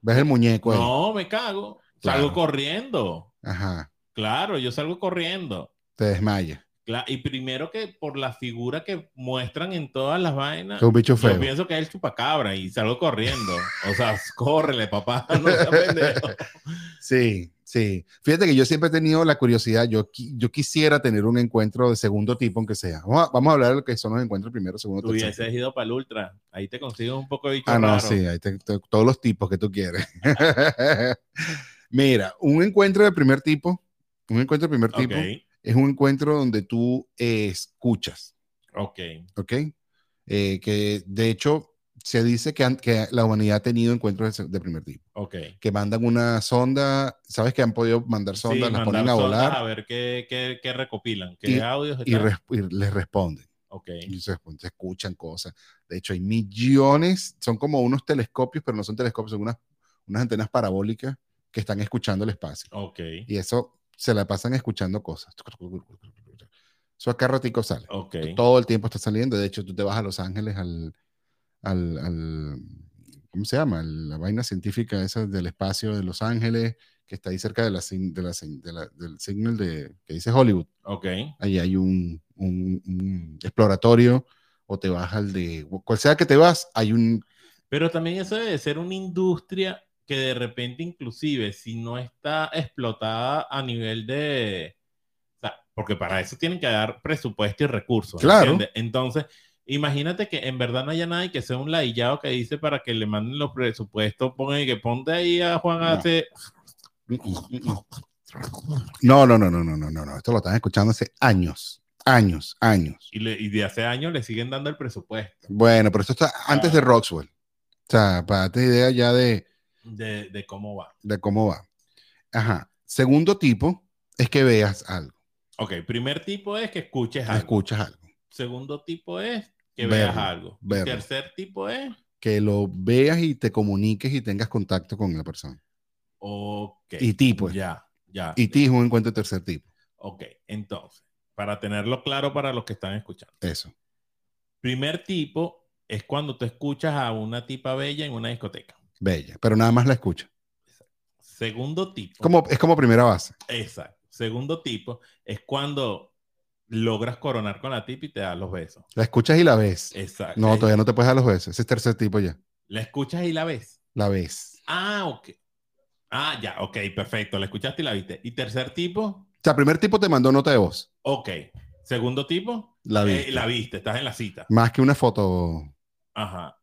Speaker 1: ¿Ves el muñeco ahí?
Speaker 2: no, me cago, salgo
Speaker 1: Claro.
Speaker 2: corriendo.
Speaker 1: Ajá.
Speaker 2: Claro, yo salgo corriendo.
Speaker 1: Te desmayas.
Speaker 2: Cla- y primero que por la figura que muestran en todas las vainas,
Speaker 1: Es un bicho
Speaker 2: yo
Speaker 1: feo.
Speaker 2: pienso que es el chupacabra y salgo corriendo. O sea, córrele, papá, no seas pendejo.
Speaker 1: Sí, sí. Fíjate que yo siempre he tenido la curiosidad. Yo, qui- yo quisiera tener un encuentro de segundo tipo, aunque sea. Vamos a, vamos a hablar de lo que son los encuentros primero, segundo,
Speaker 2: Tú
Speaker 1: tercero.
Speaker 2: hubieses ido para el ultra. Ahí te consigues un poco de bicho
Speaker 1: Ah, no,
Speaker 2: raro.
Speaker 1: sí, ahí te- te- todos los tipos que tú quieres. Mira, un encuentro de primer tipo, un encuentro de primer
Speaker 2: Ok,
Speaker 1: tipo es un encuentro donde tú eh, escuchas,
Speaker 2: ok.
Speaker 1: ¿ok? Eh, que de hecho se dice que, han- que la humanidad ha tenido encuentros de, se- de primer tipo,
Speaker 2: Ok.
Speaker 1: que mandan una sonda, sabes que han podido mandar
Speaker 2: Sí,
Speaker 1: sondas, las
Speaker 2: mandar
Speaker 1: ponen a
Speaker 2: sondas ah,
Speaker 1: volar
Speaker 2: A ver qué, qué, qué recopilan, qué
Speaker 1: Y-
Speaker 2: audios
Speaker 1: y,
Speaker 2: están.
Speaker 1: res- y les responden.
Speaker 2: Ok,
Speaker 1: y se, se escuchan cosas. De hecho, hay millones, son como unos telescopios, pero no son telescopios, son unas, unas antenas parabólicas que están escuchando el espacio.
Speaker 2: ok,
Speaker 1: Y eso se la pasan escuchando cosas. Eso acá ratico sale.
Speaker 2: ok.
Speaker 1: Todo el tiempo está saliendo. De hecho, tú te vas a Los Ángeles al, al, al- ¿cómo se llama? Al- La vaina científica esa del espacio de Los Ángeles, que está ahí cerca de la, sin- de la, sin- de la- del signal de, que dice Hollywood
Speaker 2: Ok,
Speaker 1: ahí hay un, un- un exploratorio o te vas al de cual sea que te vas, hay un
Speaker 2: pero también eso debe ser una industria que de repente inclusive si no está explotada a nivel de... o sea, porque para eso tienen que dar presupuesto y recursos.
Speaker 1: Claro.
Speaker 2: ¿entiendes? Entonces, imagínate que en verdad no haya nadie que sea un ladillado que dice para que le manden los presupuestos, pongan y que ponte ahí a Juan
Speaker 1: No.
Speaker 2: hace...
Speaker 1: no, no, no, no, no, no, no, no, esto lo están escuchando hace años, años, años.
Speaker 2: Y, le- y de hace años le siguen dando el presupuesto.
Speaker 1: Bueno, pero esto está antes de Roxwell. O sea, para darte idea ya de
Speaker 2: de, de cómo va.
Speaker 1: de cómo va. Ajá. Segundo tipo es que veas algo,
Speaker 2: Ok, primer tipo es que escuches algo.
Speaker 1: escuchas algo,
Speaker 2: Segundo tipo es que
Speaker 1: Verlo,
Speaker 2: veas algo.
Speaker 1: verlo.
Speaker 2: Tercer tipo es,
Speaker 1: que lo veas y te comuniques y tengas contacto con la persona.
Speaker 2: ok.
Speaker 1: Y tipo,
Speaker 2: Ya, ya.
Speaker 1: Y ti es un encuentro de tercer tipo.
Speaker 2: Ok, entonces, para tenerlo claro para los que están escuchando.
Speaker 1: Eso.
Speaker 2: Primer tipo es cuando tú escuchas a una tipa bella en una discoteca.
Speaker 1: Bella. Pero nada más la escucha.
Speaker 2: Segundo tipo.
Speaker 1: Como, es como primera base.
Speaker 2: Exacto. Segundo tipo es cuando logras coronar con la tipa y te das los besos.
Speaker 1: La escuchas y la ves.
Speaker 2: Exacto.
Speaker 1: No, todavía no te puedes dar los besos. Ese es tercer tipo ya.
Speaker 2: La escuchas y la ves.
Speaker 1: La ves.
Speaker 2: Ah, ok. Ah, ya, ok, perfecto. La escuchaste y la viste. Y tercer tipo,
Speaker 1: O sea, primer tipo te mandó nota de voz.
Speaker 2: ok. Segundo tipo,
Speaker 1: La
Speaker 2: eh,
Speaker 1: viste.
Speaker 2: la viste, estás en la cita.
Speaker 1: Más que una foto.
Speaker 2: Ajá.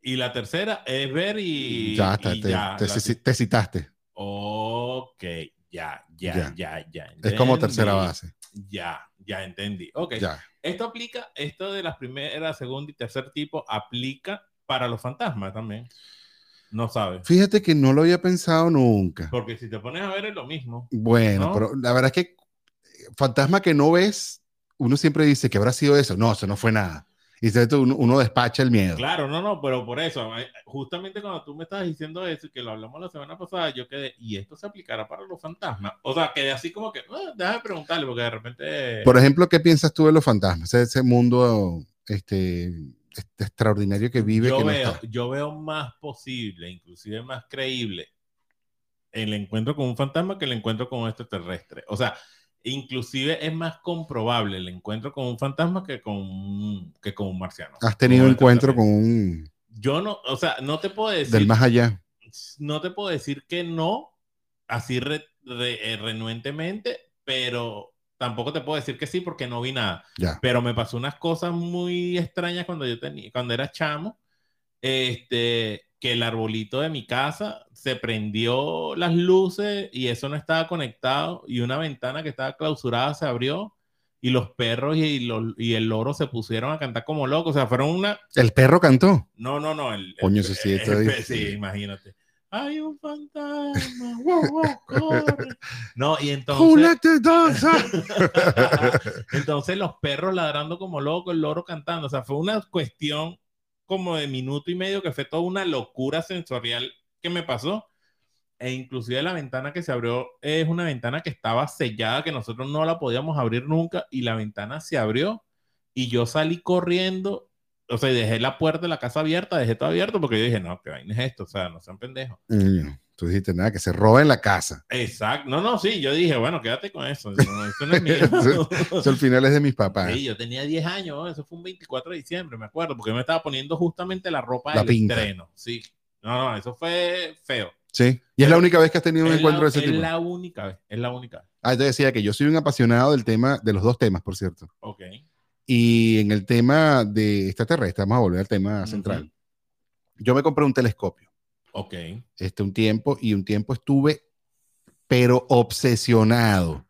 Speaker 2: Y la tercera es ver y
Speaker 1: ya está.
Speaker 2: y
Speaker 1: te,
Speaker 2: ya,
Speaker 1: te
Speaker 2: la-
Speaker 1: ci- te citaste.
Speaker 2: Ok, ya, ya,
Speaker 1: Ya.
Speaker 2: ya, ya.
Speaker 1: Es como
Speaker 2: entendí.
Speaker 1: tercera base.
Speaker 2: Ya, ya entendí. Ok.
Speaker 1: Ya.
Speaker 2: Esto aplica, esto de las primeras, segunda y tercer tipo, aplica para los fantasmas también. No sabes.
Speaker 1: Fíjate que no lo había pensado nunca.
Speaker 2: Porque si te pones a ver es lo mismo.
Speaker 1: Bueno,
Speaker 2: ¿No?
Speaker 1: pero la verdad es que eh, fantasma que no ves, uno siempre dice que habrá sido eso. No, eso no fue nada. Y entonces tú- uno, uno despacha el miedo.
Speaker 2: Claro, no, no, pero por eso, eh, justamente cuando tú me estabas diciendo eso, y que lo hablamos la semana pasada, yo quedé, ¿y esto se aplicará para los fantasmas? O sea, quedé así como que, "Ah, déjame preguntarle, porque de repente...
Speaker 1: Por ejemplo, ¿qué piensas tú de los fantasmas? Ese, ese mundo este, este extraordinario que vive.
Speaker 2: yo,
Speaker 1: que no
Speaker 2: veo,
Speaker 1: está.
Speaker 2: yo veo más posible, inclusive más creíble, el encuentro con un fantasma que el encuentro con un extraterrestre. O sea, inclusive es más comprobable el encuentro con un fantasma que con un, que con un marciano.
Speaker 1: Has tenido
Speaker 2: un
Speaker 1: encuentro
Speaker 2: extraterrestre.
Speaker 1: con un
Speaker 2: Yo no, o sea, no te puedo decir...
Speaker 1: del más allá.
Speaker 2: no te puedo decir que no, así re- re- eh, renuentemente, pero tampoco te puedo decir que sí porque no vi nada.
Speaker 1: Ya.
Speaker 2: Pero me pasó unas cosas muy extrañas cuando yo tenía, cuando era chamo, este, que el arbolito de mi casa se prendió las luces y eso no estaba conectado y una ventana que estaba clausurada se abrió. Y los perros y, los- y el loro se pusieron a cantar como locos. O sea, fueron una,
Speaker 1: El perro cantó.
Speaker 2: no, no, no. El,
Speaker 1: Coño,
Speaker 2: el-
Speaker 1: eso sí
Speaker 2: el-
Speaker 1: está
Speaker 2: el-
Speaker 1: difícil.
Speaker 2: sí, imagínate. Hay un fantasma. wow, wow, corre. No, y
Speaker 1: Who
Speaker 2: entonces.
Speaker 1: let the dogs out?
Speaker 2: entonces los perros ladrando como locos, el loro cantando. O sea, fue una cuestión como de minuto y medio que fue toda una locura sensorial que me pasó. E inclusive la ventana que se abrió es una ventana que estaba sellada, que nosotros no la podíamos abrir nunca, y la ventana se abrió y yo salí corriendo, o sea, y dejé la puerta de la casa abierta, dejé todo abierto, porque yo dije, no, qué vaina es esto, o sea, no sean pendejos.
Speaker 1: Niño, Tú dijiste nada, que se roben la casa.
Speaker 2: Exacto, no, no, sí, yo dije, bueno, quédate con eso, no, eso no es mío.
Speaker 1: Eso al final es de mis papás.
Speaker 2: Sí, yo tenía 10 años, ¿no? eso fue un 24 de diciembre, me acuerdo, porque yo me estaba poniendo justamente la ropa
Speaker 1: La
Speaker 2: del
Speaker 1: pinta.
Speaker 2: estreno. Sí, no, no, eso fue feo.
Speaker 1: Sí. Y es la única vez que has tenido un
Speaker 2: es
Speaker 1: encuentro
Speaker 2: la,
Speaker 1: de ese
Speaker 2: es
Speaker 1: tipo.
Speaker 2: la única vez, es la única vez.
Speaker 1: Ah, te decía que yo soy un apasionado del tema, de los dos temas, por cierto.
Speaker 2: Ok.
Speaker 1: Y en el tema de extraterrestre, vamos a volver al tema Ah, central. Yo me compré un telescopio.
Speaker 2: Ujú, Ok.
Speaker 1: este, un tiempo y un tiempo estuve, pero obsesionado,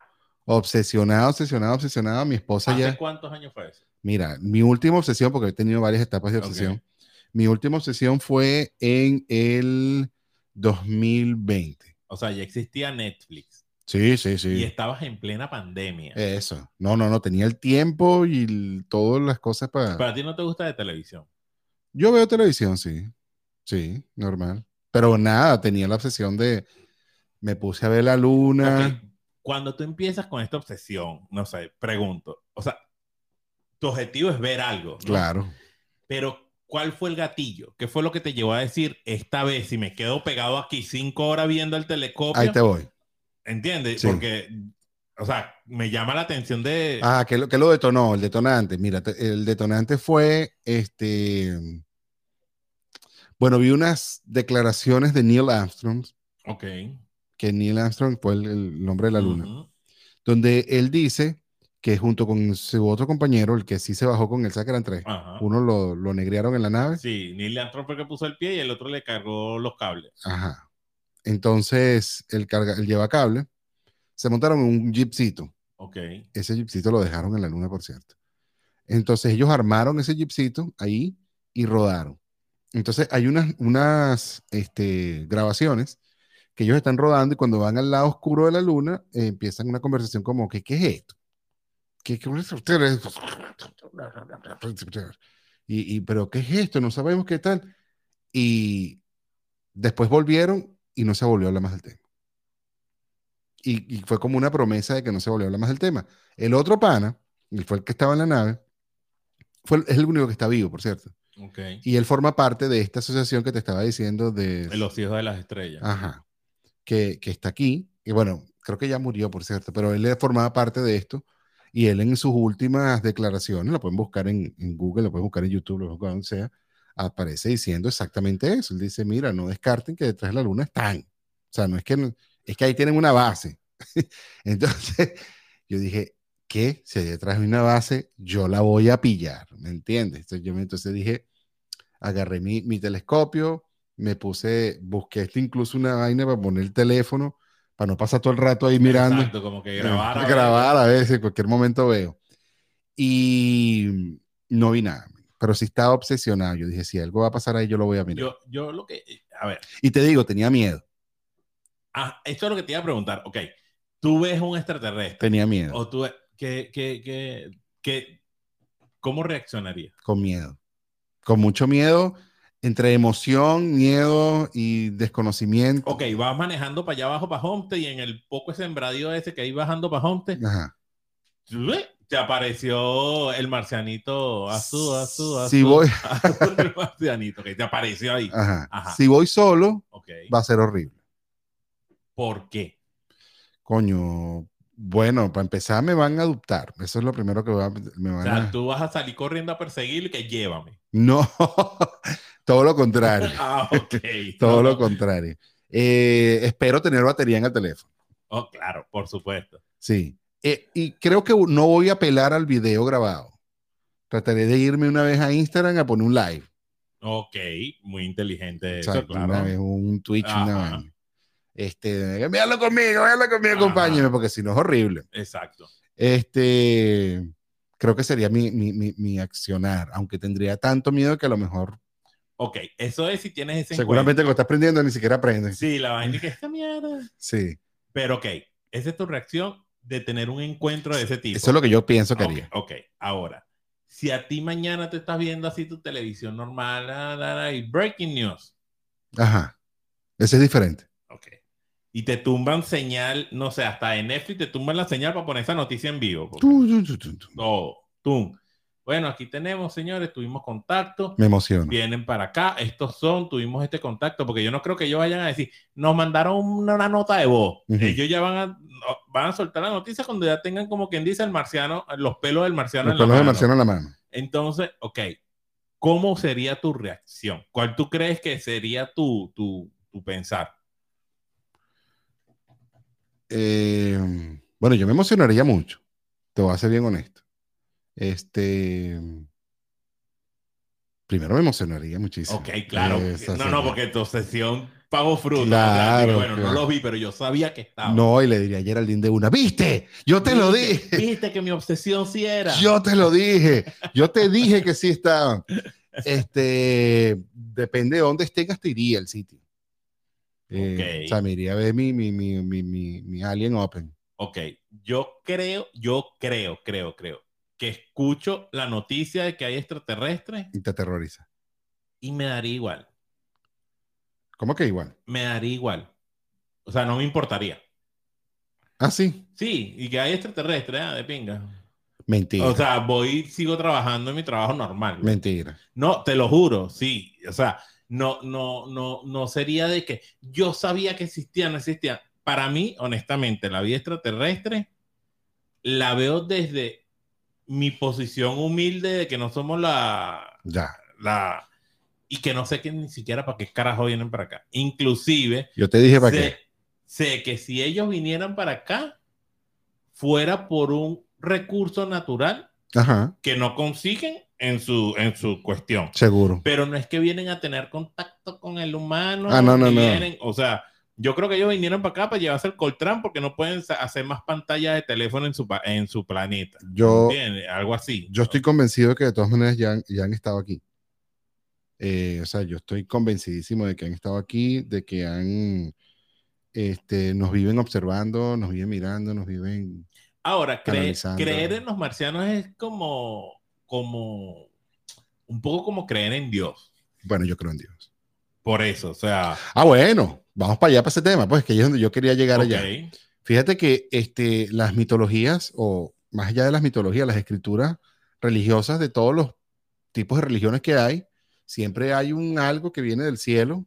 Speaker 1: obsesionado, obsesionado, obsesionado. Mi esposa
Speaker 2: ¿Hace
Speaker 1: ya,
Speaker 2: cuántos años fue eso?
Speaker 1: mira, mi última obsesión, porque he tenido varias etapas de
Speaker 2: Ok.
Speaker 1: obsesión, mi última obsesión fue en el 2020.
Speaker 2: O sea, ya existía Netflix
Speaker 1: Sí, sí, Eh.
Speaker 2: y
Speaker 1: sí.
Speaker 2: estabas en plena pandemia.
Speaker 1: Eso. No, no, no, tenía el tiempo y el- todas las cosas para...
Speaker 2: Para ti no te gusta de televisión.
Speaker 1: Yo veo televisión, sí. Sí, normal. Pero nada, tenía la obsesión de... Me puse a ver la luna.
Speaker 2: Ok, Cuando tú empiezas con esta obsesión, no sé, pregunto, o sea, tu objetivo es ver algo. ¿no?
Speaker 1: Claro.
Speaker 2: Pero, ¿cuál fue el gatillo? ¿Qué fue lo que te llevó a decir, esta vez, si me quedo pegado aquí cinco horas viendo el telescopio?
Speaker 1: Ahí te voy.
Speaker 2: ¿Entiendes?
Speaker 1: Sí.
Speaker 2: Porque, o sea, me llama la atención de...
Speaker 1: Ah, que lo, que lo detonó, el detonante. Mira, te- el detonante fue este. Bueno, vi unas declaraciones de Neil Armstrong,
Speaker 2: ok.
Speaker 1: que Neil Armstrong fue el, el nombre de la luna,
Speaker 2: Ujú.
Speaker 1: donde él dice que junto con su otro compañero, el que sí se bajó con el Sacaran 3,
Speaker 2: Ajá.
Speaker 1: uno lo, lo negrearon en la nave.
Speaker 2: Sí, Neil Armstrong fue el que puso el pie y el otro le cargó los cables.
Speaker 1: Ajá. Entonces, el, carga, el lleva cable, se montaron en un jeepcito.
Speaker 2: Ok.
Speaker 1: ese jeepcito lo dejaron en la luna, por cierto. Entonces ellos armaron ese jeepcito ahí y rodaron. Entonces hay unas, unas este, grabaciones que ellos están rodando y cuando van al lado oscuro de la luna eh, empiezan una conversación como que, ¿qué es esto? ¿Qué, qué- y, y, pero ¿qué es esto? No sabemos qué tal. Y después volvieron y no se volvió a hablar más del tema. Y, y fue como una promesa de que no se volvió a hablar más del tema. El otro pana, y fue el que estaba en la nave, fue, el- es el único que está vivo, por cierto.
Speaker 2: Ok.
Speaker 1: Y él forma parte de esta asociación que te estaba diciendo de...
Speaker 2: Los hijos de las estrellas.
Speaker 1: Ajá. Que, que está aquí. Y bueno, creo que ya murió, por cierto, pero él formaba parte de esto. Y él en sus últimas declaraciones, lo pueden buscar en, en Google, lo pueden buscar en YouTube, lo pueden buscar donde sea, aparece diciendo exactamente eso. Él dice, mira, no descarten que detrás de la luna están. O sea, no es que, no- es que ahí tienen una base. Entonces, yo dije, ¿qué? Si hay detrás de una base, yo la voy a pillar, ¿me entiendes? Entonces, yo me, entonces dije, agarré mi, mi telescopio, me puse, busqué este incluso una vaina para poner el teléfono, para no pasar todo el rato ahí mirando.
Speaker 2: Exacto, como que grabar. a-
Speaker 1: Grabar a veces, en cualquier momento veo. Y no vi nada, pero sí estaba obsesionado. Yo dije, si algo va a pasar ahí, yo lo voy a mirar.
Speaker 2: Yo, yo lo que. A ver,
Speaker 1: y te digo, tenía miedo,
Speaker 2: ah, esto es lo que te iba a preguntar. Ok, tú ves un extraterrestre
Speaker 1: tenía miedo,
Speaker 2: o tú. ves- ¿Qué, qué, qué, qué- cómo reaccionarías?
Speaker 1: con miedo, con mucho miedo, entre emoción, miedo y desconocimiento.
Speaker 2: Ok, vas manejando para allá abajo para Homestead y en el poco sembradío ese que hay bajando para Homestead,
Speaker 1: Ajá.
Speaker 2: ¡zue! te apareció el marcianito azul, azul, azul.
Speaker 1: Si voy- Ah.
Speaker 2: Azul, el marcianito, que te apareció ahí.
Speaker 1: Ajá.
Speaker 2: Ajá.
Speaker 1: Si voy solo,
Speaker 2: Ok.
Speaker 1: va a ser horrible.
Speaker 2: ¿Por qué?
Speaker 1: Coño, bueno, para empezar me van a adoptar. Eso es lo primero que va- me
Speaker 2: O
Speaker 1: van
Speaker 2: sea,
Speaker 1: a...
Speaker 2: tú vas a salir corriendo a perseguirlo y que llévame.
Speaker 1: No, todo lo contrario.
Speaker 2: Ah, ok.
Speaker 1: Todo
Speaker 2: No,
Speaker 1: lo contrario. Eh, espero tener batería en el teléfono.
Speaker 2: Oh, claro, por supuesto.
Speaker 1: Sí. Eh, y creo que no voy a apelar al video grabado. Trataré de irme una vez a Instagram a poner un live.
Speaker 2: Ok, muy inteligente
Speaker 1: O
Speaker 2: eso,
Speaker 1: sea,
Speaker 2: claro.
Speaker 1: Una vez un Twitch, una
Speaker 2: Ajá.
Speaker 1: vaina. Este, véalo conmigo, véalo conmigo,
Speaker 2: Ajá.
Speaker 1: acompáñeme, porque si no es horrible.
Speaker 2: Exacto.
Speaker 1: Este, creo que sería mi, mi- mi- mi accionar, aunque tendría tanto miedo que a lo mejor,
Speaker 2: Ok, eso es si tienes ese
Speaker 1: seguramente cuando estás aprendiendo ni siquiera aprendes.
Speaker 2: encuentro. Sí, la vaina es que esta mierda.
Speaker 1: Sí,
Speaker 2: Pero ok, esa es tu reacción de tener un encuentro de ese tipo.
Speaker 1: eso es lo que yo pienso que
Speaker 2: Ok,
Speaker 1: haría.
Speaker 2: ok, ahora, si a ti mañana te estás viendo así tu televisión normal la, la, la, y breaking news,
Speaker 1: Ajá, ese es diferente.
Speaker 2: ok, y te tumban señal, no sé, hasta en Netflix te tumban la señal para poner esa noticia en vivo. porque-
Speaker 1: Tu, tu, tu, tu, tu.
Speaker 2: todo, tum. Bueno, aquí tenemos, señores, tuvimos contacto,
Speaker 1: Me emociono.
Speaker 2: vienen para acá, estos son, tuvimos este contacto, porque yo no creo que ellos vayan a decir, nos mandaron una, una nota de voz.
Speaker 1: Ujú.
Speaker 2: Ellos ya van a, no, van a soltar la noticia cuando ya tengan, como quien dice, el marciano, los pelos del marciano.
Speaker 1: Los
Speaker 2: en la
Speaker 1: pelos de
Speaker 2: mano.
Speaker 1: Marciano en la mano.
Speaker 2: Entonces, ok, ¿cómo sería tu reacción? ¿Cuál tú crees que sería tu, tu, tu pensar?
Speaker 1: Eh, bueno, yo me emocionaría mucho. Te voy a ser bien honesto. Este. Primero me emocionaría muchísimo. eh,
Speaker 2: Ok, claro.
Speaker 1: Esa
Speaker 2: no,
Speaker 1: sería.
Speaker 2: no, porque tu obsesión pagó fruto.
Speaker 1: Claro,
Speaker 2: o sea, bueno,
Speaker 1: claro.
Speaker 2: no los vi, pero yo sabía que estaban.
Speaker 1: No, y le diría a Geraldine de una: ¡Viste! Yo te lo
Speaker 2: ah,
Speaker 1: dije.
Speaker 2: Viste, Viste que mi obsesión sí era.
Speaker 1: Yo te lo dije. Yo te dije que sí estaban. Este. Depende de dónde esté, te iría el sitio. Eh,
Speaker 2: Ok.
Speaker 1: O sea, me iría a ver mi, mi, mi, mi, mi, mi Alien Open.
Speaker 2: Ok, yo creo, yo creo, creo, creo que escucho la noticia de que hay extraterrestres
Speaker 1: Y te aterroriza.
Speaker 2: y me daría igual.
Speaker 1: ¿Cómo que igual?
Speaker 2: Me daría igual. O sea, no me importaría.
Speaker 1: Ah, sí.
Speaker 2: Sí, y que hay extraterrestres, ah, de pinga.
Speaker 1: Mentira.
Speaker 2: O sea, voy, sigo trabajando en mi trabajo normal. güey.
Speaker 1: mentira.
Speaker 2: No, te lo juro, sí. O sea, no, no, no, no sería de que yo sabía que existía, no existía. Para mí, honestamente, la vida extraterrestre la veo desde mi posición humilde de que no somos la,
Speaker 1: Ya.
Speaker 2: la y que no sé que ni siquiera para qué carajo vienen para acá. Inclusive
Speaker 1: Yo te dije para qué.
Speaker 2: sé, sé que si ellos vinieran para acá fuera por un recurso natural
Speaker 1: Ajá.
Speaker 2: que no consiguen en su, en su cuestión.
Speaker 1: Seguro.
Speaker 2: Pero no es que vienen a tener contacto con el humano.
Speaker 1: Ah, no, no,
Speaker 2: que
Speaker 1: no.
Speaker 2: vienen- o sea, yo creo que ellos vinieron para acá para llevarse el coltrán porque no pueden sa- hacer más pantallas de teléfono en su, pa- en su planeta.
Speaker 1: Yo,
Speaker 2: ¿Entiendes? Algo así.
Speaker 1: yo estoy convencido de que de todas maneras ya han, ya han estado aquí. Eh, o sea, yo estoy convencidísimo de que han estado aquí, de que han, este, nos viven observando, nos viven mirando, nos viven...
Speaker 2: Ahora, cre-
Speaker 1: Analizando.
Speaker 2: creer en los marcianos es como, como, un poco como creer en Dios.
Speaker 1: Bueno, yo creo en Dios.
Speaker 2: Por eso, o sea,
Speaker 1: Ah, bueno, vamos para allá, para ese tema, pues que ahí es donde yo quería llegar allá.
Speaker 2: ok.
Speaker 1: Fíjate que este, las mitologías, o más allá de las mitologías, las escrituras religiosas de todos los tipos de religiones que hay, siempre hay un algo que viene del cielo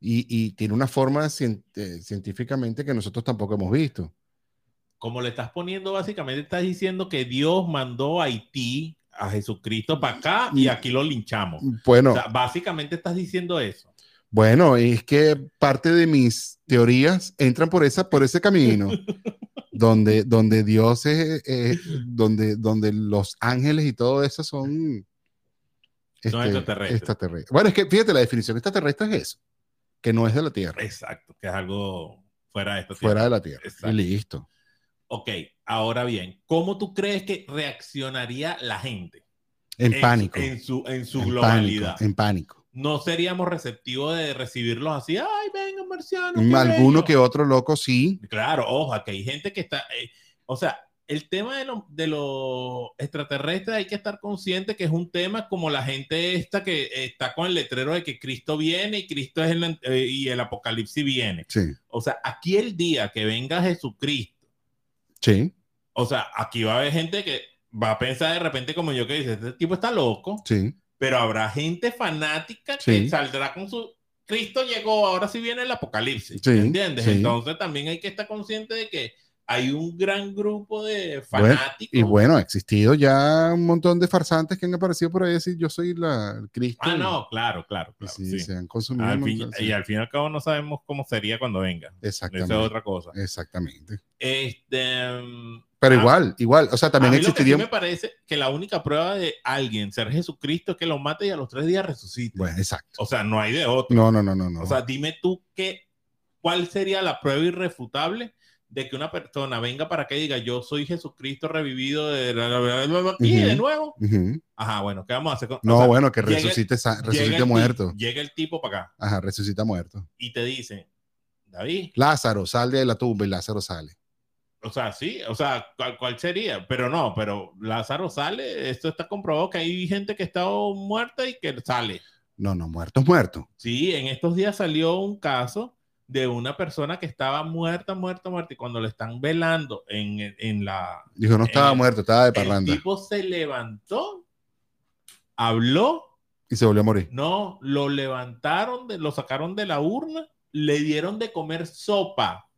Speaker 1: y, y tiene una forma cien- eh, científicamente que nosotros tampoco hemos visto.
Speaker 2: como le estás poniendo, básicamente estás diciendo que Dios mandó a Haití, a Jesucristo para acá y aquí lo linchamos.
Speaker 1: Bueno,
Speaker 2: O sea, básicamente estás diciendo eso.
Speaker 1: bueno, es que parte de mis teorías entran por, esa, por ese camino. Donde, donde Dios es, eh, donde, donde los ángeles y todo eso son este,
Speaker 2: extraterrestres.
Speaker 1: extraterrestres. Bueno, es que fíjate, la definición extraterrestre es eso, que no es de la Tierra,
Speaker 2: Exacto, que es algo fuera de esto.
Speaker 1: fuera de la Tierra.
Speaker 2: Exacto.
Speaker 1: Y listo.
Speaker 2: Ok, ahora bien, ¿cómo tú crees que reaccionaría la gente?
Speaker 1: En, pánico.
Speaker 2: En su, en su
Speaker 1: en
Speaker 2: globalidad.
Speaker 1: pánico, en pánico.
Speaker 2: No seríamos receptivos de recibirlos así, ay, venga, marciano. qué
Speaker 1: Alguno
Speaker 2: bello".
Speaker 1: que otro loco sí,
Speaker 2: Claro, ojo, que hay gente que está. eh, o sea, el tema de, lo- de los extraterrestres hay que estar consciente que es un tema como la gente esta que eh, está con el letrero de que Cristo viene y Cristo es el, an- eh, y el apocalipsis viene.
Speaker 1: sí,
Speaker 2: O sea, aquí el día que venga Jesucristo,
Speaker 1: sí,
Speaker 2: o sea, aquí va a haber gente que va a pensar de repente como yo que dice, este tipo está loco,
Speaker 1: sí.
Speaker 2: pero habrá gente fanática que
Speaker 1: Sí.
Speaker 2: saldrá con su Cristo llegó, ahora sí viene el apocalipsis,
Speaker 1: Sí,
Speaker 2: ¿entiendes?
Speaker 1: sí.
Speaker 2: Entonces también hay que estar consciente de que hay un gran grupo de
Speaker 1: Bueno,
Speaker 2: fanáticos.
Speaker 1: Y bueno, ha existido ya un montón de farsantes que han aparecido por ahí y decir yo soy la el Cristo.
Speaker 2: ah,
Speaker 1: y-
Speaker 2: no, claro, claro,
Speaker 1: y
Speaker 2: claro,
Speaker 1: sí,
Speaker 2: sí.
Speaker 1: se han consumido.
Speaker 2: Al
Speaker 1: un
Speaker 2: fin-
Speaker 1: montón, sí.
Speaker 2: y al fin y al cabo no sabemos cómo sería cuando venga. Esa es
Speaker 1: Exactamente.
Speaker 2: otra cosa.
Speaker 1: Exactamente.
Speaker 2: Este, mm,
Speaker 1: Pero
Speaker 2: Ah.
Speaker 1: igual, igual, o sea, también
Speaker 2: a mí lo que sí
Speaker 1: existiría.
Speaker 2: me parece que la única prueba de alguien ser Jesucristo es que lo mate y a los tres días resucite.
Speaker 1: Bueno, exacto.
Speaker 2: O sea, no hay de otro.
Speaker 1: No, no, no, no, no.
Speaker 2: O sea, dime tú qué, cuál sería la prueba irrefutable de que una persona venga para que diga yo soy Jesucristo revivido de la, la- la- la- la- y de
Speaker 1: Ujú.
Speaker 2: nuevo.
Speaker 1: Ujú.
Speaker 2: Ajá, bueno, ¿qué vamos a hacer? con- o
Speaker 1: No,
Speaker 2: sea,
Speaker 1: bueno, que
Speaker 2: llega-
Speaker 1: resucite, sa-
Speaker 2: llega el
Speaker 1: resucite
Speaker 2: tipo-
Speaker 1: muerto.
Speaker 2: Llega el tipo para acá
Speaker 1: Ajá, resucita muerto.
Speaker 2: y te dice, David,
Speaker 1: Lázaro, sal de la tumba y Lázaro sale.
Speaker 2: o sea, sí, o sea, ¿cuál, cuál sería? Pero no, pero Lázaro sale, esto está comprobado que hay gente que está muerta y que sale.
Speaker 1: No, no, muerto es muerto.
Speaker 2: Sí, en estos días salió un caso de una persona que estaba muerta, muerta, muerta, y cuando le están velando en, en la...
Speaker 1: Dijo, no estaba
Speaker 2: Eh,
Speaker 1: muerto, estaba de
Speaker 2: El
Speaker 1: parranda.
Speaker 2: tipo se levantó, habló,
Speaker 1: Y se volvió a morir.
Speaker 2: no, lo levantaron, de- lo sacaron de la urna, le dieron de comer sopa.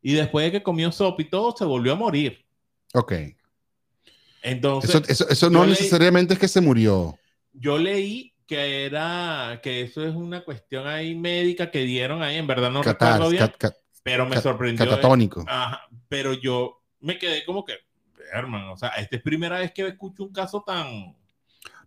Speaker 2: Y después de que comió sopa y todo, se volvió a morir.
Speaker 1: Ok.
Speaker 2: Entonces,
Speaker 1: Eso, eso, eso no
Speaker 2: yo leí-
Speaker 1: necesariamente es que se murió.
Speaker 2: yo leí que era, que eso es una cuestión ahí médica que dieron ahí, en verdad no
Speaker 1: Catar,
Speaker 2: recuerdo bien.
Speaker 1: cat- cat-
Speaker 2: Pero me
Speaker 1: Ca-
Speaker 2: sorprendió.
Speaker 1: catatónico.
Speaker 2: Ajá, pero yo me quedé como que, hermano, o sea, esta es primera vez que escucho un caso tan.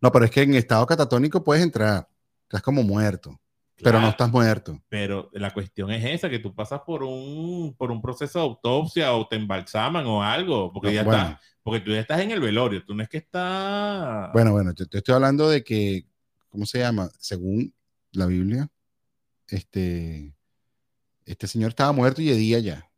Speaker 1: No, pero es que en estado catatónico puedes entrar. Estás como muerto, pero no
Speaker 2: Claro,
Speaker 1: estás muerto.
Speaker 2: Pero la cuestión es esa, que tú pasas por un, por un proceso de autopsia o te embalsaman o algo, porque
Speaker 1: No,
Speaker 2: ya
Speaker 1: Ah, bueno.
Speaker 2: estás, porque tú ya estás en el velorio, tú no es que estás.
Speaker 1: Bueno, bueno, te, te estoy hablando de que, ¿cómo se llama? Según la Biblia, este, este señor estaba muerto y hedía ya.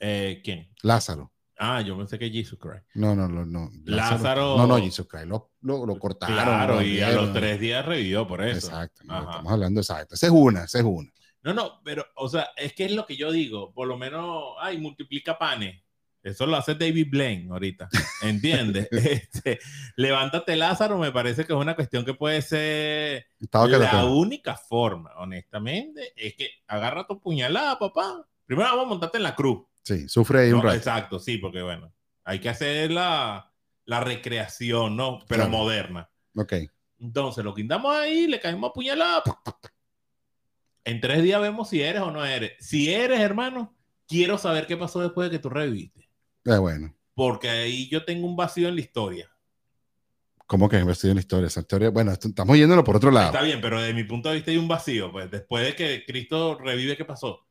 Speaker 2: Eh, ¿Quién?
Speaker 1: Lázaro.
Speaker 2: Ah, yo pensé que Jesus Christ.
Speaker 1: No, no, no, no.
Speaker 2: Lázaro.
Speaker 1: No, no, Jesus Christ. Lo, lo, lo cortaron.
Speaker 2: claro,
Speaker 1: lo
Speaker 2: y a
Speaker 1: abrieron.
Speaker 2: los tres días revivió por eso.
Speaker 1: Exacto. no,
Speaker 2: Ajá.
Speaker 1: estamos hablando exacto. Esa es una, esa es una.
Speaker 2: No, no, pero, o sea, es que es lo que yo digo, por lo menos, ay, multiplica panes. Eso lo hace David Blaine ahorita, ¿entiendes? Este, levántate Lázaro, me parece que es una cuestión que puede ser
Speaker 1: Estaba
Speaker 2: la
Speaker 1: catatónico.
Speaker 2: única forma, honestamente, es que agarra tu puñalada, papá. Primero vamos a montarte en la cruz.
Speaker 1: Sí, sufre ahí un
Speaker 2: ¿no?
Speaker 1: rato.
Speaker 2: Exacto, sí, porque bueno, hay que hacer la, la recreación, ¿no? Pero
Speaker 1: Claro.
Speaker 2: moderna.
Speaker 1: Ok. Eh,
Speaker 2: Entonces lo quitamos ahí, le caemos a puñalada. En tres días vemos si eres o no eres. Si eres, hermano, quiero saber qué pasó después de que tú reviviste.
Speaker 1: Eh, bueno.
Speaker 2: Porque ahí yo tengo un vacío en la historia.
Speaker 1: ¿Cómo que ha sido la historia? Esa historia. Bueno, esto- estamos yéndolo por otro lado.
Speaker 2: Está bien, pero desde mi punto de vista hay un vacío. Pues después de que Cristo revive, ¿qué pasó?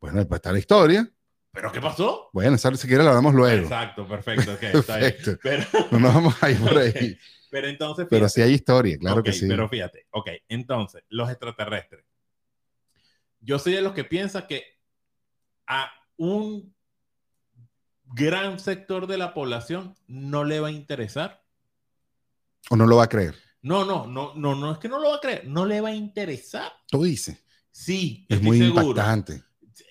Speaker 1: Bueno, después está la historia.
Speaker 2: ¿Pero qué pasó?
Speaker 1: Bueno, esa si quieres la hablamos luego.
Speaker 2: Exacto, perfecto. ok, está bien.
Speaker 1: Perfecto.
Speaker 2: Pero,
Speaker 1: No nos vamos a ir por ahí.
Speaker 2: Pero entonces. fíjate.
Speaker 1: Pero sí hay historia, claro
Speaker 2: Ok,
Speaker 1: que sí.
Speaker 2: Pero fíjate, ok, entonces, los extraterrestres. Yo soy de los que piensa que a un gran sector de la población no le va a interesar.
Speaker 1: O no lo va a creer.
Speaker 2: No, no, no, no, no es que no lo va a creer, no le va a interesar.
Speaker 1: Tú dices.
Speaker 2: Sí,
Speaker 1: Es
Speaker 2: estoy
Speaker 1: muy
Speaker 2: seguro.
Speaker 1: impactante.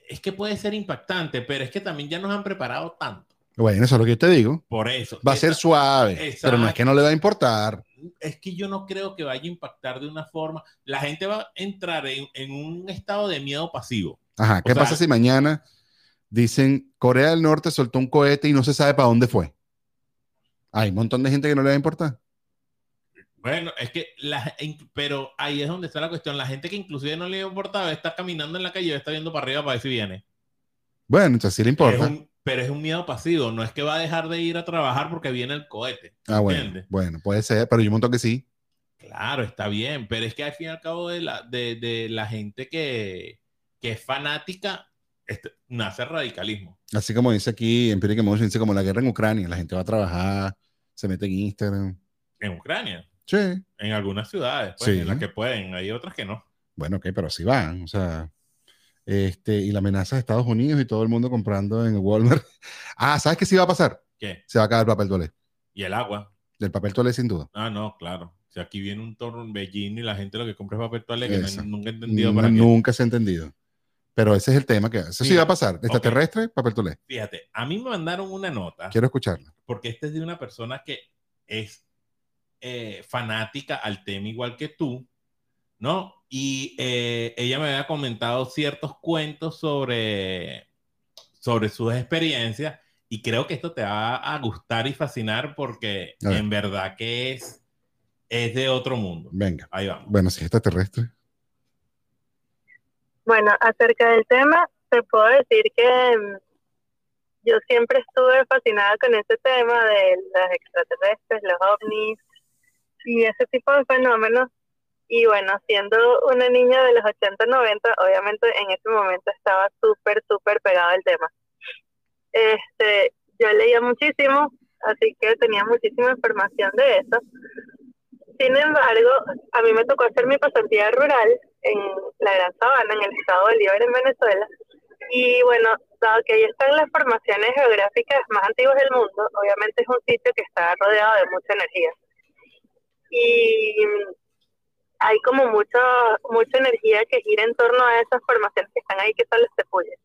Speaker 2: Es que puede ser impactante, pero es que también ya nos han preparado tanto.
Speaker 1: Bueno, eso es lo que yo te digo.
Speaker 2: Por eso.
Speaker 1: Va a ser
Speaker 2: Esta-
Speaker 1: suave,
Speaker 2: Exacto.
Speaker 1: pero no es que no le va a importar.
Speaker 2: es que yo no creo que vaya a impactar de una forma. La gente va a entrar en, en un estado de miedo pasivo.
Speaker 1: Ajá, ¿qué
Speaker 2: sea-
Speaker 1: pasa si mañana dicen Corea del Norte soltó un cohete y no se sabe para dónde fue? Hay un montón de gente que no le va a importar.
Speaker 2: Bueno, es que, la, en- pero ahí es donde está la cuestión. La gente que inclusive no le importaba está caminando en la calle, está viendo para arriba para ver si viene.
Speaker 1: Bueno, entonces sí le importa.
Speaker 2: Es un- pero es un miedo pasivo, no es que va a dejar de ir a trabajar porque viene el cohete.
Speaker 1: ah, bueno,
Speaker 2: ¿entiendes?
Speaker 1: bueno, puede ser, pero yo un montón que sí.
Speaker 2: Claro, está bien, pero es que al fin y al cabo de la, de, de la gente que, que es fanática, este, nace radicalismo.
Speaker 1: Así como dice aquí Empiric Emotion, dice como la guerra en Ucrania, la gente va a trabajar, se mete en Instagram.
Speaker 2: En Ucrania,
Speaker 1: Sí,
Speaker 2: en algunas ciudades, pues,
Speaker 1: Sí.
Speaker 2: en las que pueden, hay otras que no.
Speaker 1: bueno, ok, pero sí van, o sea. Este, y la amenaza de Estados Unidos y todo el mundo comprando en Walmart. Ah, ¿sabes qué sí va a pasar?
Speaker 2: ¿Qué?
Speaker 1: Se va a acabar el papel toalé.
Speaker 2: Y el agua.
Speaker 1: Del papel toalé, sin duda.
Speaker 2: Ah, no, claro. Si aquí viene un torbellino y la gente lo que compra es papel toalé, que no-
Speaker 1: Eso.
Speaker 2: nunca he entendido
Speaker 1: No,
Speaker 2: para qué.
Speaker 1: nunca se ha entendido. Pero ese es el tema que eso sí
Speaker 2: Mira,
Speaker 1: va a pasar. Extraterrestre, papel tolé.
Speaker 2: Fíjate, a mí me mandaron una nota,
Speaker 1: Quiero escucharla.
Speaker 2: porque esta es de una persona que es eh, fanática al tema igual que tú, ¿no? Y eh, ella me había comentado ciertos cuentos sobre, sobre sus experiencias y creo que esto te va a gustar y fascinar porque
Speaker 1: A ver.
Speaker 2: en verdad que es, es de otro mundo.
Speaker 1: Venga.
Speaker 2: Ahí vamos.
Speaker 1: Bueno, si es extraterrestre.
Speaker 3: Bueno, acerca del tema, te puedo decir que mm, yo siempre estuve fascinada con este tema de los extraterrestres, los ovnis y ese tipo de fenómenos. Y bueno, siendo una niña de los 80, 90, obviamente en ese momento estaba súper, súper pegada al tema. Este, yo leía muchísimo, así que tenía muchísima información de eso. Sin embargo, a mí me tocó hacer mi pasantía rural en la Gran Sabana, en el estado Bolívar, en Venezuela. Y bueno, dado que ahí están las formaciones geográficas más antiguas del mundo, obviamente es un sitio que está rodeado de mucha energía. Y mm, hay como mucho, mucha energía que gira en torno a esas formaciones que están ahí, que son las tepuyes.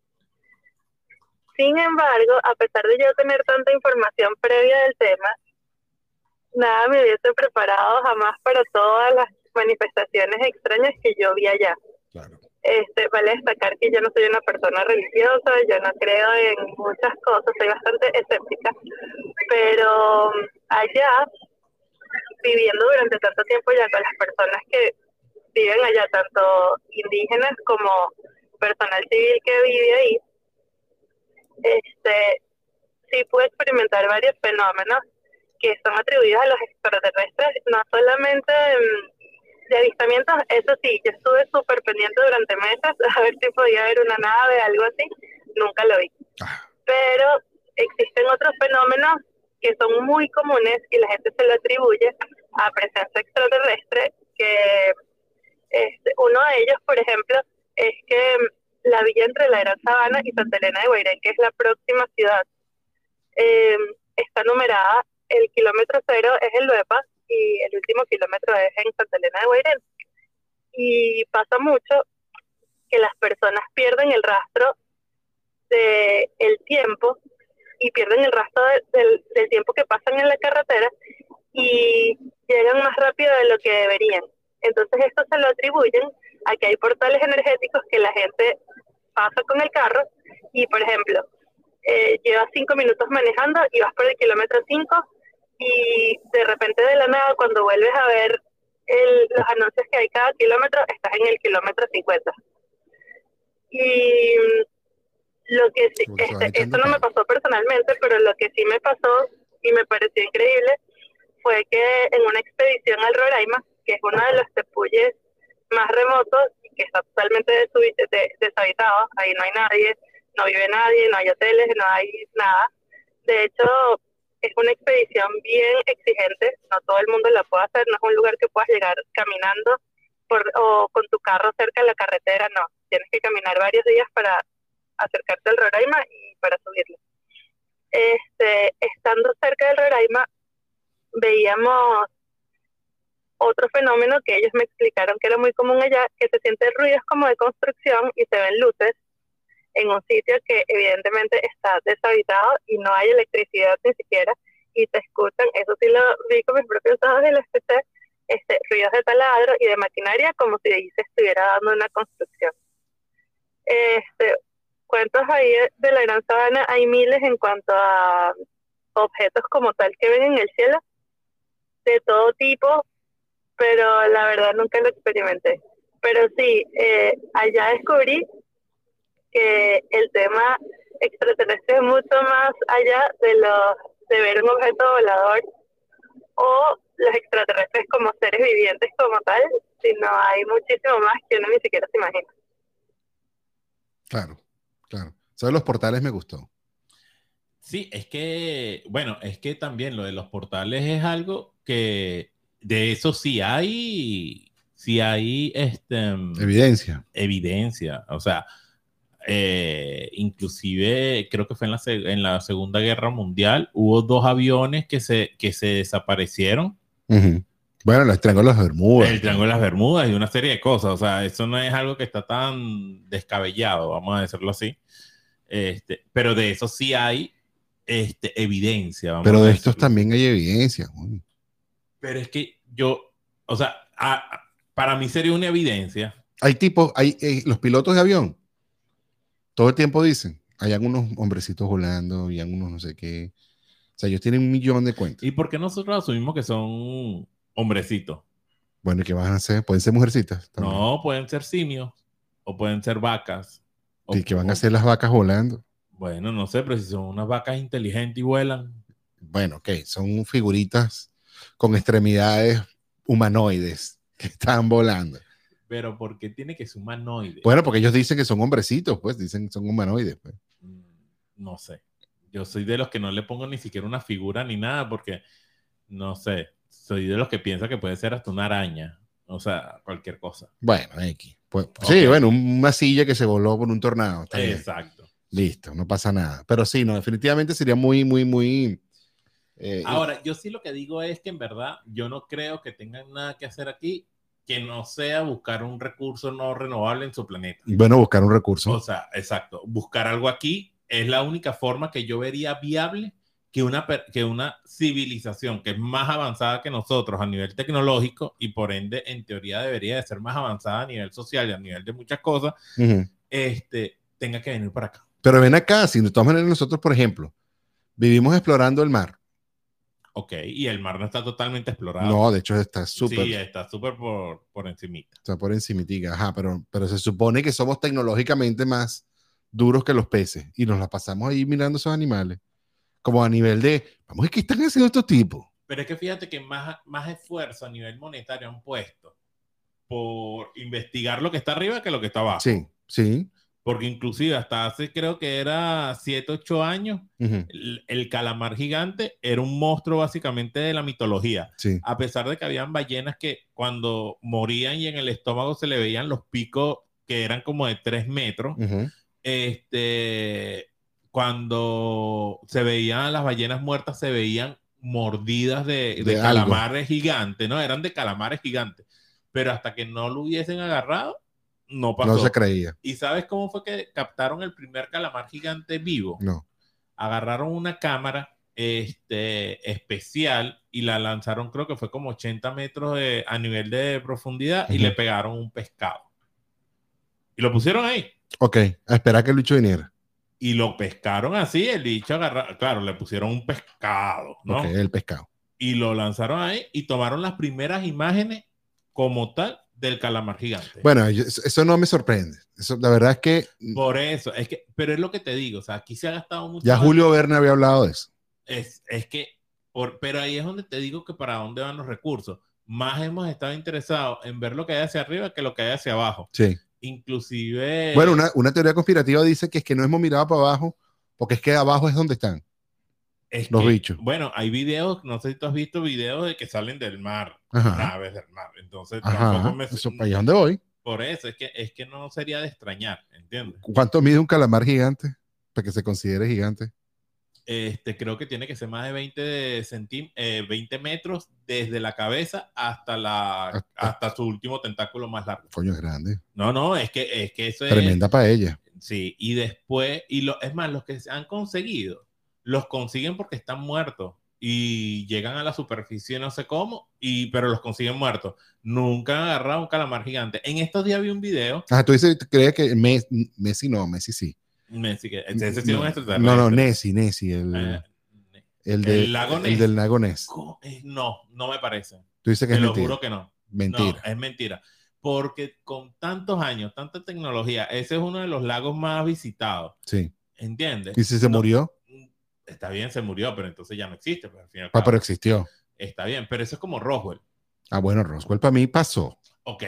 Speaker 3: Sin embargo, a pesar de yo tener tanta información previa del tema, nada me hubiese preparado jamás para todas las manifestaciones extrañas que yo vi allá.
Speaker 1: Claro.
Speaker 3: Este, vale destacar que yo no soy una persona religiosa, yo no creo en muchas cosas, soy bastante escéptica, pero mm, allá, viviendo durante tanto tiempo ya con las personas que viven allá, tanto indígenas como personal civil que vive ahí, este, sí pude experimentar varios fenómenos que son atribuidos a los extraterrestres, no solamente... mm, de avistamientos, eso sí, yo estuve súper pendiente durante meses a ver si podía ver una nave, algo así, nunca lo vi.
Speaker 1: Ah.
Speaker 3: Pero existen otros fenómenos que son muy comunes y la gente se lo atribuye a presencia extraterrestre, que este, uno de ellos, por ejemplo, es que mm, la villa entre la Gran Sabana y Santa Elena de Guairén, que es la próxima ciudad, eh, está numerada, el kilómetro cero es el Luepa y el último kilómetro es en Santa Elena de Guairén. Y pasa mucho que las personas pierden el rastro de el tiempo y pierden el rastro de- del, del tiempo que pasan en la carretera y llegan más rápido de lo que deberían. Entonces esto se lo atribuyen a que hay portales energéticos que la gente pasa con el carro y, por ejemplo, eh, llevas cinco minutos manejando y vas por el kilómetro 5 y de repente de la nada cuando vuelves a ver el- los anuncios que hay cada kilómetro, estás en el kilómetro 50. Y mm, lo que sí,
Speaker 1: Como que se van
Speaker 3: este,
Speaker 1: echando
Speaker 3: esto no me
Speaker 1: para-
Speaker 3: pasó personalmente, pero lo que sí me pasó y me pareció increíble fue que en una expedición al Roraima, que es uno de los tepuyes más remotos y que está totalmente desubi- de- deshabitado, ahí no hay nadie, no vive nadie, no hay hoteles, no hay nada. De hecho, es una expedición bien exigente, no todo el mundo la puede hacer, no es un lugar que puedas llegar caminando por, o con tu carro cerca de la carretera, no, tienes que caminar varios días para acercarte al Roraima y para subirlo. Este, estando cerca del Roraima, veíamos otro fenómeno que ellos me explicaron que era muy común allá, que se sienten ruidos como de construcción y se ven luces en un sitio que evidentemente está deshabitado y no hay electricidad ni siquiera, y te escuchan, eso sí lo vi con mis propios ojos y lo escuché, este, ruidos de taladro y de maquinaria como si ahí se estuviera dando una construcción. Este, cuentos ahí de la Gran Sabana hay miles en cuanto a objetos como tal que ven en el cielo, de todo tipo, pero la verdad nunca lo experimenté. Pero sí, eh, allá descubrí que el tema extraterrestre es mucho más allá de, los, de ver un objeto volador o los extraterrestres como seres vivientes como tal, sino hay muchísimo más que uno ni siquiera se imagina.
Speaker 1: Claro, claro. Sobre los portales me gustó.
Speaker 2: Sí, es que, bueno, es que también lo de los portales es algo que de eso sí hay, sí hay este,
Speaker 1: Evidencia.
Speaker 2: evidencia. O sea, eh, inclusive creo que fue en la, en la Segunda Guerra Mundial, hubo dos aviones que se, que se desaparecieron.
Speaker 1: Ujú. Bueno, los triángulos de Bermuda.
Speaker 2: El Triángulo de las Bermudas y una serie de cosas. O sea, eso no es algo que está tan descabellado, vamos a decirlo así. Este, pero de eso sí hay este, evidencia. vamos
Speaker 1: Pero
Speaker 2: a
Speaker 1: de
Speaker 2: decirlo.
Speaker 1: estos también hay evidencia. coño.
Speaker 2: Pero es que yo, o sea, a- a- para mí sería una evidencia.
Speaker 1: Hay tipos, hay eh, los pilotos de avión, todo el tiempo dicen, hay algunos hombrecitos volando, hay algunos no sé qué. O sea, ellos tienen un millón de cuentas.
Speaker 2: ¿Y por qué nosotros asumimos que son hombrecitos?
Speaker 1: Bueno, ¿y qué van a hacer? Pueden ser mujercitas también.
Speaker 2: No, pueden ser simios o pueden ser vacas. o-
Speaker 1: ¿Y qué van a hacer las vacas volando?
Speaker 2: Bueno, no sé, pero si son unas vacas inteligentes y vuelan.
Speaker 1: Bueno, ok, son figuritas con extremidades humanoides que están volando.
Speaker 2: Pero ¿por qué tiene que ser humanoide?
Speaker 1: Bueno, porque ellos dicen que son hombrecitos, pues, dicen que son humanoides. pues.
Speaker 2: Mm, No sé. Yo soy de los que no le pongo ni siquiera una figura ni nada porque, no sé, soy de los que piensa que puede ser hasta una araña. O sea, cualquier cosa.
Speaker 1: Bueno, X. Pues, Sí,
Speaker 2: Ok.
Speaker 1: bueno, un- una silla que se voló por un tornado. Está bien.
Speaker 2: Exacto.
Speaker 1: Listo, no pasa nada. Pero sí, no, definitivamente sería muy, muy, muy. eh,
Speaker 2: Ahora, yo sí lo que digo es que en verdad yo no creo que tengan nada que hacer aquí que no sea buscar un recurso no renovable en su planeta.
Speaker 1: bueno, buscar un
Speaker 2: O
Speaker 1: recurso.
Speaker 2: sea, exacto. Buscar algo aquí es la única forma que yo vería viable que una, per- que una civilización que es más avanzada que nosotros a nivel tecnológico y por ende, en teoría, debería de ser más avanzada a nivel social y a nivel de muchas cosas,
Speaker 1: Ujú.
Speaker 2: este, tenga que venir para acá.
Speaker 1: Pero ven acá, si de todas maneras nosotros, por ejemplo, vivimos explorando el mar.
Speaker 2: Ok, y el mar no está totalmente explorado.
Speaker 1: No, de hecho está súper.
Speaker 2: Sí, eh. está súper por, por encimita.
Speaker 1: Está por encimitica, ajá, pero, pero se supone que somos tecnológicamente más duros que los peces y nos la pasamos ahí mirando esos animales. Como a nivel de, vamos, ¿qué están haciendo estos tipos?
Speaker 2: Pero es que fíjate que más, más esfuerzo a nivel monetario han puesto por investigar lo que está arriba que lo que está abajo.
Speaker 1: Sí, sí.
Speaker 2: Porque inclusive hasta hace creo que era 7, 8 años,
Speaker 1: ujú,
Speaker 2: el, el calamar gigante era un monstruo básicamente de la mitología.
Speaker 1: sí.
Speaker 2: A pesar de que habían ballenas que cuando morían y en el estómago se le veían los picos que eran como de 3 metros,
Speaker 1: ujú.
Speaker 2: este, cuando se veían a las ballenas muertas, se veían mordidas de, de
Speaker 1: De algo.
Speaker 2: calamares gigantes, ¿no? Eran de calamares gigantes. Pero hasta que no lo hubiesen agarrado, no pasó.
Speaker 1: No se creía,
Speaker 2: ¿Y sabes cómo fue que captaron el primer calamar gigante vivo?
Speaker 1: no.
Speaker 2: Agarraron una cámara este, especial y la lanzaron, creo que fue como 80 metros de- a nivel de profundidad y
Speaker 1: Ujú.
Speaker 2: le pegaron un pescado. Y lo pusieron ahí.
Speaker 1: Ok, a esperar que el bicho viniera.
Speaker 2: Y lo pescaron así, el dicho agarra, claro, le pusieron un pescado, ¿no?
Speaker 1: Ok, el pescado.
Speaker 2: Y lo lanzaron ahí y tomaron las primeras imágenes como tal del calamar gigante.
Speaker 1: Bueno, yo- eso, eso no me sorprende. Eso, la verdad es que
Speaker 2: Por eso, es que, pero es lo que te digo, o sea, aquí se ha gastado mucho.
Speaker 1: ya
Speaker 2: más
Speaker 1: Julio Verne había hablado de eso.
Speaker 2: Es, es que, por, pero ahí es donde te digo que para dónde van los recursos. Más hemos estado interesados en ver lo que hay hacia arriba que lo que hay hacia abajo.
Speaker 1: Sí.
Speaker 2: Inclusive...
Speaker 1: Bueno, una, una teoría conspirativa dice que es que no hemos mirado para abajo porque es que abajo es donde están.
Speaker 2: Es
Speaker 1: Los
Speaker 2: que,
Speaker 1: bichos.
Speaker 2: Bueno, hay videos, no sé si tú has visto videos de que salen del mar,
Speaker 1: Ajá.
Speaker 2: naves del mar. Entonces,
Speaker 1: Ajá.
Speaker 2: Ah, tampoco me.
Speaker 1: Eso para allá donde voy.
Speaker 2: Por eso, es que, es que no sería de extrañar, ¿entiendes?
Speaker 1: ¿Cuánto mide un calamar gigante? Para que se considere gigante.
Speaker 2: Este, creo que tiene que ser más de 20, de centim- eh, 20 metros desde la cabeza hasta, la,
Speaker 1: Hasta-
Speaker 2: hasta su último tentáculo más largo.
Speaker 1: Coño, es grande.
Speaker 2: No, no, es que, es que eso es.
Speaker 1: Tremenda paella.
Speaker 2: Sí, y después, y lo, es más, los que se han conseguido, los consiguen porque están muertos y llegan a la superficie no sé cómo, y, pero los consiguen muertos. Nunca han agarrado un calamar gigante. En estos días vi un video,
Speaker 1: Ajá, tú dices, crees que Mes- Messi no, Messi sí.
Speaker 2: Messi, que- ese- ese sí es un extraterrestre.
Speaker 1: no, no, Nessi, Nessi, el,
Speaker 2: Eh,
Speaker 1: el, de-
Speaker 2: el lago
Speaker 1: el
Speaker 2: Ness.
Speaker 1: del lago Ness.
Speaker 2: co- eh, no, no me parece.
Speaker 1: Tú dices que
Speaker 2: Te
Speaker 1: es
Speaker 2: lo
Speaker 1: mentira.
Speaker 2: juro que no.
Speaker 1: Mentira.
Speaker 2: No, es mentira. Porque con tantos años, tanta tecnología, ese es uno de los lagos más visitados.
Speaker 1: Sí.
Speaker 2: ¿Entiendes?
Speaker 1: Y si se
Speaker 2: No.
Speaker 1: murió,
Speaker 2: Está bien, se murió, pero entonces ya no existe. pues, al fin y al
Speaker 1: ah,
Speaker 2: cabo.
Speaker 1: pero existió.
Speaker 2: Está bien, pero eso es como Roswell.
Speaker 1: Ah, bueno, Roswell para mí pasó.
Speaker 2: Ok,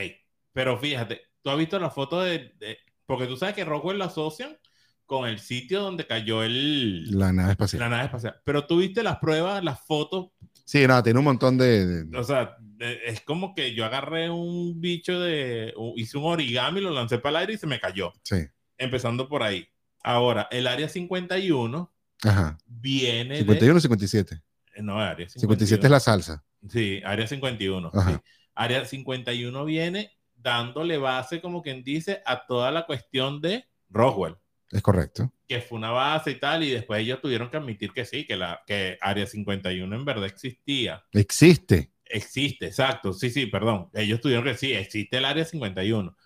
Speaker 2: pero fíjate, tú has visto la foto de, de- Porque tú sabes que Roswell lo asocian con el sitio donde cayó el,
Speaker 1: La nave espacial.
Speaker 2: la nave espacial. Pero tú viste las pruebas, las fotos.
Speaker 1: Sí, no, tiene un montón de. de-
Speaker 2: O sea, de- es como que yo agarré un bicho de... u- Hice un origami, lo lancé para el aire y se me cayó.
Speaker 1: sí.
Speaker 2: Empezando por ahí. Ahora, el área 51
Speaker 1: Ajá.
Speaker 2: viene...
Speaker 1: 51 o 57.
Speaker 2: De, no, área
Speaker 1: 57 es la salsa.
Speaker 2: Sí, área 51.
Speaker 1: Ajá.
Speaker 2: sí. Área 51 viene dándole base, como quien dice, a toda la cuestión de Roswell,
Speaker 1: Es correcto.
Speaker 2: que fue una base y tal, y después ellos tuvieron que admitir que sí, que la que área 51 en verdad existía.
Speaker 1: Existe.
Speaker 2: Existe, exacto. Sí, sí, perdón. Ellos tuvieron que sí, existe el área 51.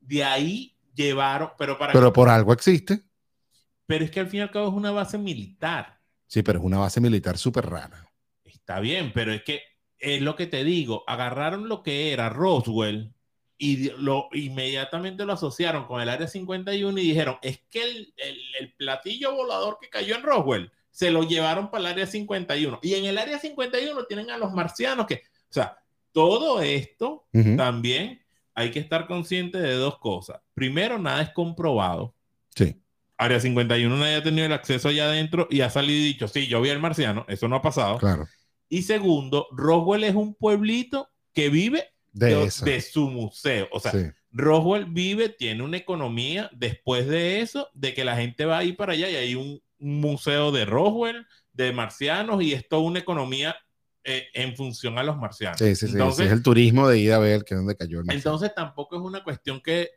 Speaker 2: De ahí llevaron, pero para
Speaker 1: Pero por algo existe.
Speaker 2: pero es que al fin y al cabo es una base militar.
Speaker 1: Sí, pero es una base militar súper rara.
Speaker 2: Está bien, pero es que es lo que te digo, agarraron lo que era Roswell y di- lo inmediatamente lo asociaron con el área 51 y dijeron, es que el, el- el platillo volador que cayó en Roswell se lo llevaron para el área 51. Y en el área 51 tienen a los marcianos que, o sea, todo esto
Speaker 1: Ujú.
Speaker 2: también hay que estar consciente de dos cosas. Primero, nada es comprobado.
Speaker 1: Sí.
Speaker 2: Área 51 nadie ha tenido el acceso allá adentro y ha salido y dicho, sí, yo vi al marciano, eso no ha pasado.
Speaker 1: Claro.
Speaker 2: Y segundo, Roswell es un pueblito que vive
Speaker 1: De,
Speaker 2: de,
Speaker 1: eso.
Speaker 2: de su museo. O sea,
Speaker 1: Sí.
Speaker 2: Roswell vive, tiene una economía después de eso, de que la gente va a ir para allá y hay un, un museo de Roswell, de marcianos, y es toda una economía eh, en función a los marcianos.
Speaker 1: Sí, sí, sí, sí,
Speaker 2: entonces,
Speaker 1: Es el turismo de ir a ver que es donde cayó el marciano.
Speaker 2: entonces tampoco es una cuestión que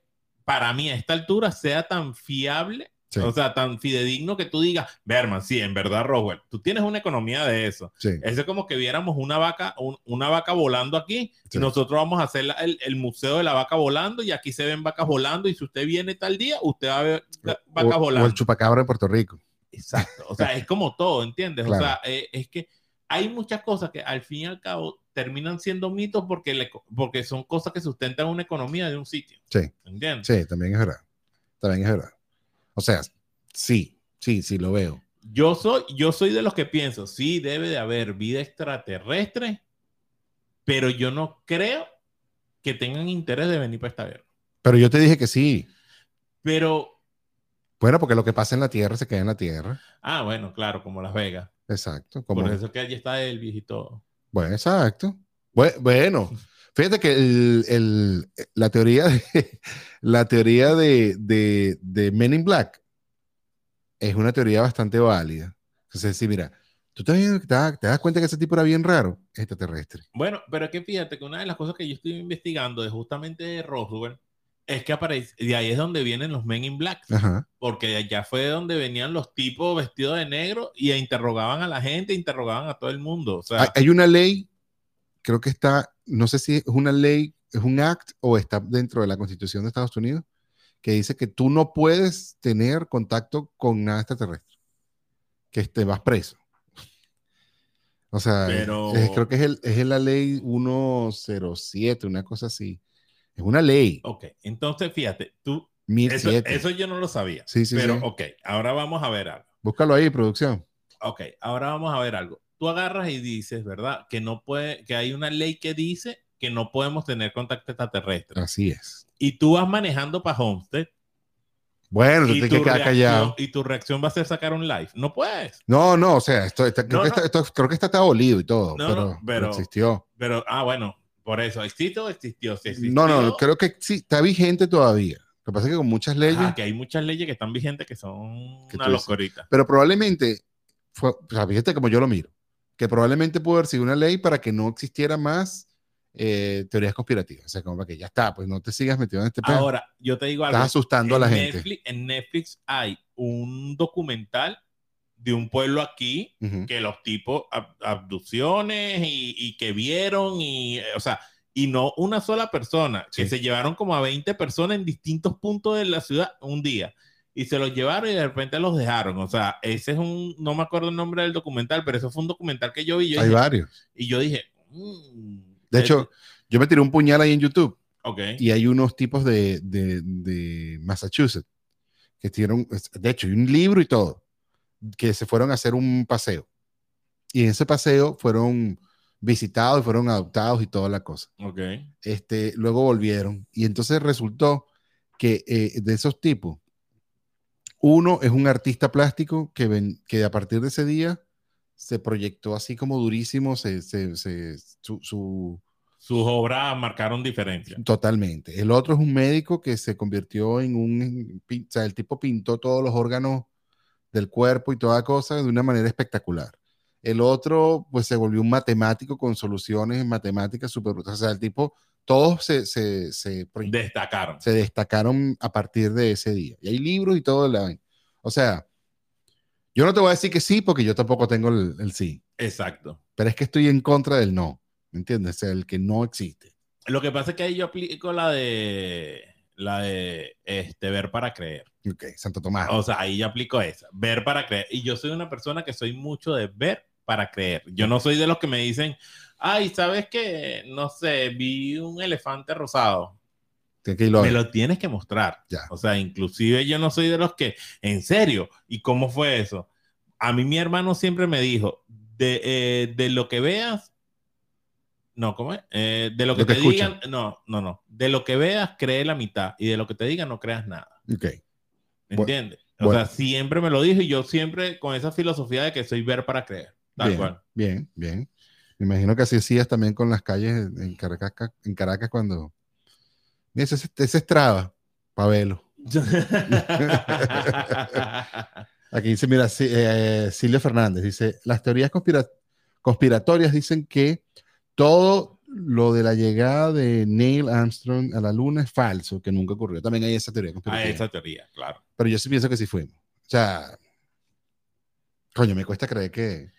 Speaker 2: para mí a esta altura sea tan fiable,
Speaker 1: Sí.
Speaker 2: o sea, tan fidedigno que tú digas, Berman, sí, en verdad Roswell, tú tienes una economía de eso.
Speaker 1: Sí.
Speaker 2: Eso es como que viéramos una vaca, un- una vaca volando aquí
Speaker 1: Sí.
Speaker 2: y nosotros vamos a hacer la- el, el museo de la vaca volando y aquí se ven vacas volando y si usted viene tal día, usted va a ver la- vacas
Speaker 1: O-
Speaker 2: volando.
Speaker 1: o el chupacabra en Puerto Rico.
Speaker 2: Exacto. O sea, es como todo, ¿entiendes? O
Speaker 1: Claro.
Speaker 2: sea, eh, es que hay muchas cosas que al fin y al cabo terminan siendo mitos porque, le- porque son cosas que sustentan una economía de un sitio.
Speaker 1: Sí.
Speaker 2: ¿Entiendes?
Speaker 1: Sí, también es verdad. También es verdad. O sea, sí, sí, sí, lo veo.
Speaker 2: Yo soy, yo soy de los que pienso, sí, debe de haber vida extraterrestre, pero yo no creo que tengan interés de venir para esta guerra.
Speaker 1: Pero yo te dije que sí.
Speaker 2: Pero,
Speaker 1: Bueno, porque lo que pasa en la Tierra se queda en la Tierra.
Speaker 2: ah, bueno, claro, como Las Vegas.
Speaker 1: Exacto. Como,
Speaker 2: Por eso es que allí está el viejito.
Speaker 1: Bueno, exacto. Bue- Bueno, fíjate que el- el- la teoría de, la teoría de, de- de Men in Black es una teoría bastante válida. Entonces, sí, mira, tú te, te das- te das cuenta que ese tipo era bien raro, extraterrestre.
Speaker 2: Bueno, pero es que fíjate que una de las cosas que yo estoy investigando de justamente de Roswell es que aparece, de ahí es donde vienen los Men in Black,
Speaker 1: Ajá.
Speaker 2: porque de allá fue donde venían los tipos vestidos de negro y interrogaban a la gente, interrogaban a todo el mundo. O sea,
Speaker 1: Hay, hay una ley, creo que está, no sé si es una ley, es un act o está dentro de la Constitución de Estados Unidos, que dice que tú no puedes tener contacto con nada extraterrestre, que te vas preso. O sea,
Speaker 2: Pero-
Speaker 1: es- creo que es, el, es la ley 107, una cosa así. Es una ley,
Speaker 2: ok, entonces fíjate, tú, eso,
Speaker 1: 1007.
Speaker 2: eso yo no lo sabía.
Speaker 1: sí, sí,
Speaker 2: pero
Speaker 1: sí.
Speaker 2: ok, ahora vamos a ver algo.
Speaker 1: Búscalo ahí, producción.
Speaker 2: Ok, ahora vamos a ver algo. Tú agarras y dices, ¿verdad? Que no puede, que hay una ley que dice que no
Speaker 1: Ah.
Speaker 2: podemos tener contacto extraterrestre.
Speaker 1: Así es.
Speaker 2: Y tú vas manejando para Homestead
Speaker 1: Bueno, te tienes que quedar
Speaker 2: reac- no,
Speaker 1: callado.
Speaker 2: y tu reacción va a ser sacar un live. No puedes.
Speaker 1: No, no, o sea, esto, esta- creo,
Speaker 2: No,
Speaker 1: que
Speaker 2: no.
Speaker 1: Está, esto- creo que está abolido y todo,
Speaker 2: No, no,
Speaker 1: pero, pero
Speaker 2: pero-
Speaker 1: existió.
Speaker 2: Pero, ah, bueno, por eso. ¿Existió o existió? Si existió,
Speaker 1: No, no, creo que sí, está vigente todavía. Lo que pasa es que con muchas leyes,
Speaker 2: ajá, que hay muchas leyes que están vigentes que son
Speaker 1: Que
Speaker 2: una
Speaker 1: tú dices.
Speaker 2: locurita.
Speaker 1: pero probablemente, fue, o sea, fíjate como yo lo miro, que probablemente pudo haber sido una ley para que no existiera más eh, teorías conspirativas. O sea, como para que ya está, pues no te sigas metiendo en este pedo.
Speaker 2: Ahora, yo te digo algo.
Speaker 1: Estás asustando a la
Speaker 2: en
Speaker 1: gente.
Speaker 2: Netflix, en Netflix hay un documental de un pueblo aquí
Speaker 1: Ujú.
Speaker 2: que los tipos ab- abducciones y, y que vieron y, eh, o sea, y no una sola persona, que
Speaker 1: Sí.
Speaker 2: se llevaron como a 20 personas en distintos puntos de la ciudad un día y se los llevaron y de repente los dejaron. O sea, ese es un, no me acuerdo el nombre del documental, pero eso fue un documental que yo vi y yo
Speaker 1: Hay
Speaker 2: dije,
Speaker 1: varios.
Speaker 2: y yo dije, "Mm,
Speaker 1: De
Speaker 2: eh,
Speaker 1: hecho, yo me tiré un puñal ahí en YouTube
Speaker 2: ok,
Speaker 1: y hay unos tipos de, de, de Massachusetts que hicieron, de hecho, hay un libro y todo, que se fueron a hacer un paseo. Y en ese paseo fueron visitados y fueron adoptados y toda la cosa.
Speaker 2: ok,
Speaker 1: Este, luego volvieron y entonces resultó que eh, de esos tipos, uno es un artista plástico que, ven- que a partir de ese día se proyectó así como durísimo, se, se- se- su- su,
Speaker 2: sus obras marcaron diferencia.
Speaker 1: Totalmente. El otro es un médico que se convirtió en un, pin- o sea, el tipo pintó todos los órganos del cuerpo y toda cosa de una manera espectacular. El otro, pues se volvió un matemático con soluciones en matemáticas súper brutales. O sea, el tipo, todos se, se, se proye-
Speaker 2: Destacaron.
Speaker 1: se destacaron a partir de ese día. Y hay libros y todo. de La, vaina. o sea, yo no te voy a decir que sí porque yo tampoco tengo el, el sí,
Speaker 2: Exacto.
Speaker 1: pero es que estoy en contra del no, ¿me entiendes? O sea, el que no existe.
Speaker 2: Lo que pasa es que ahí yo aplico la de la de este ver para creer.
Speaker 1: Ok, Santo Tomás.
Speaker 2: O sea, ahí yo aplico esa, ver para creer. Y yo soy una persona que soy mucho de ver para creer. Yo no soy de los que me dicen, "Ay, ¿sabes qué? No sé, vi un elefante rosado."
Speaker 1: Tienes que irlo a
Speaker 2: Me
Speaker 1: ver.
Speaker 2: lo tienes que mostrar.
Speaker 1: Ya.
Speaker 2: O sea, inclusive yo no soy de los que, en serio, ¿y cómo fue eso? A mí mi hermano siempre me dijo, de, eh, de lo que veas, no, ¿cómo es? Eh, de lo que,
Speaker 1: Lo que
Speaker 2: te
Speaker 1: escucha.
Speaker 2: digan, no, no, no, de lo que veas, cree la mitad y de lo que te digan, no creas nada.
Speaker 1: Ok. Bu-
Speaker 2: ¿Entiendes? O
Speaker 1: bueno.
Speaker 2: sea, siempre me lo dijo y yo siempre con esa filosofía de que soy ver para creer. Tal
Speaker 1: bien,
Speaker 2: cual.
Speaker 1: Bien, bien. Me imagino que así hacías también con las calles en Caracas, en Caracas cuando. Mira, Ese, ese es Traba, Pavelo.
Speaker 2: Ah,
Speaker 1: Aquí dice, mira, Si- eh, Silvia Fernández dice: las teorías conspira- conspiratorias dicen que todo lo de la llegada de Neil Armstrong a la luna es falso, que nunca ocurrió. También hay esa teoría
Speaker 2: A
Speaker 1: conspiratoria.
Speaker 2: Ah, esa teoría, claro.
Speaker 1: Pero yo sí pienso que sí fuimos. O sea, coño, me cuesta creer que.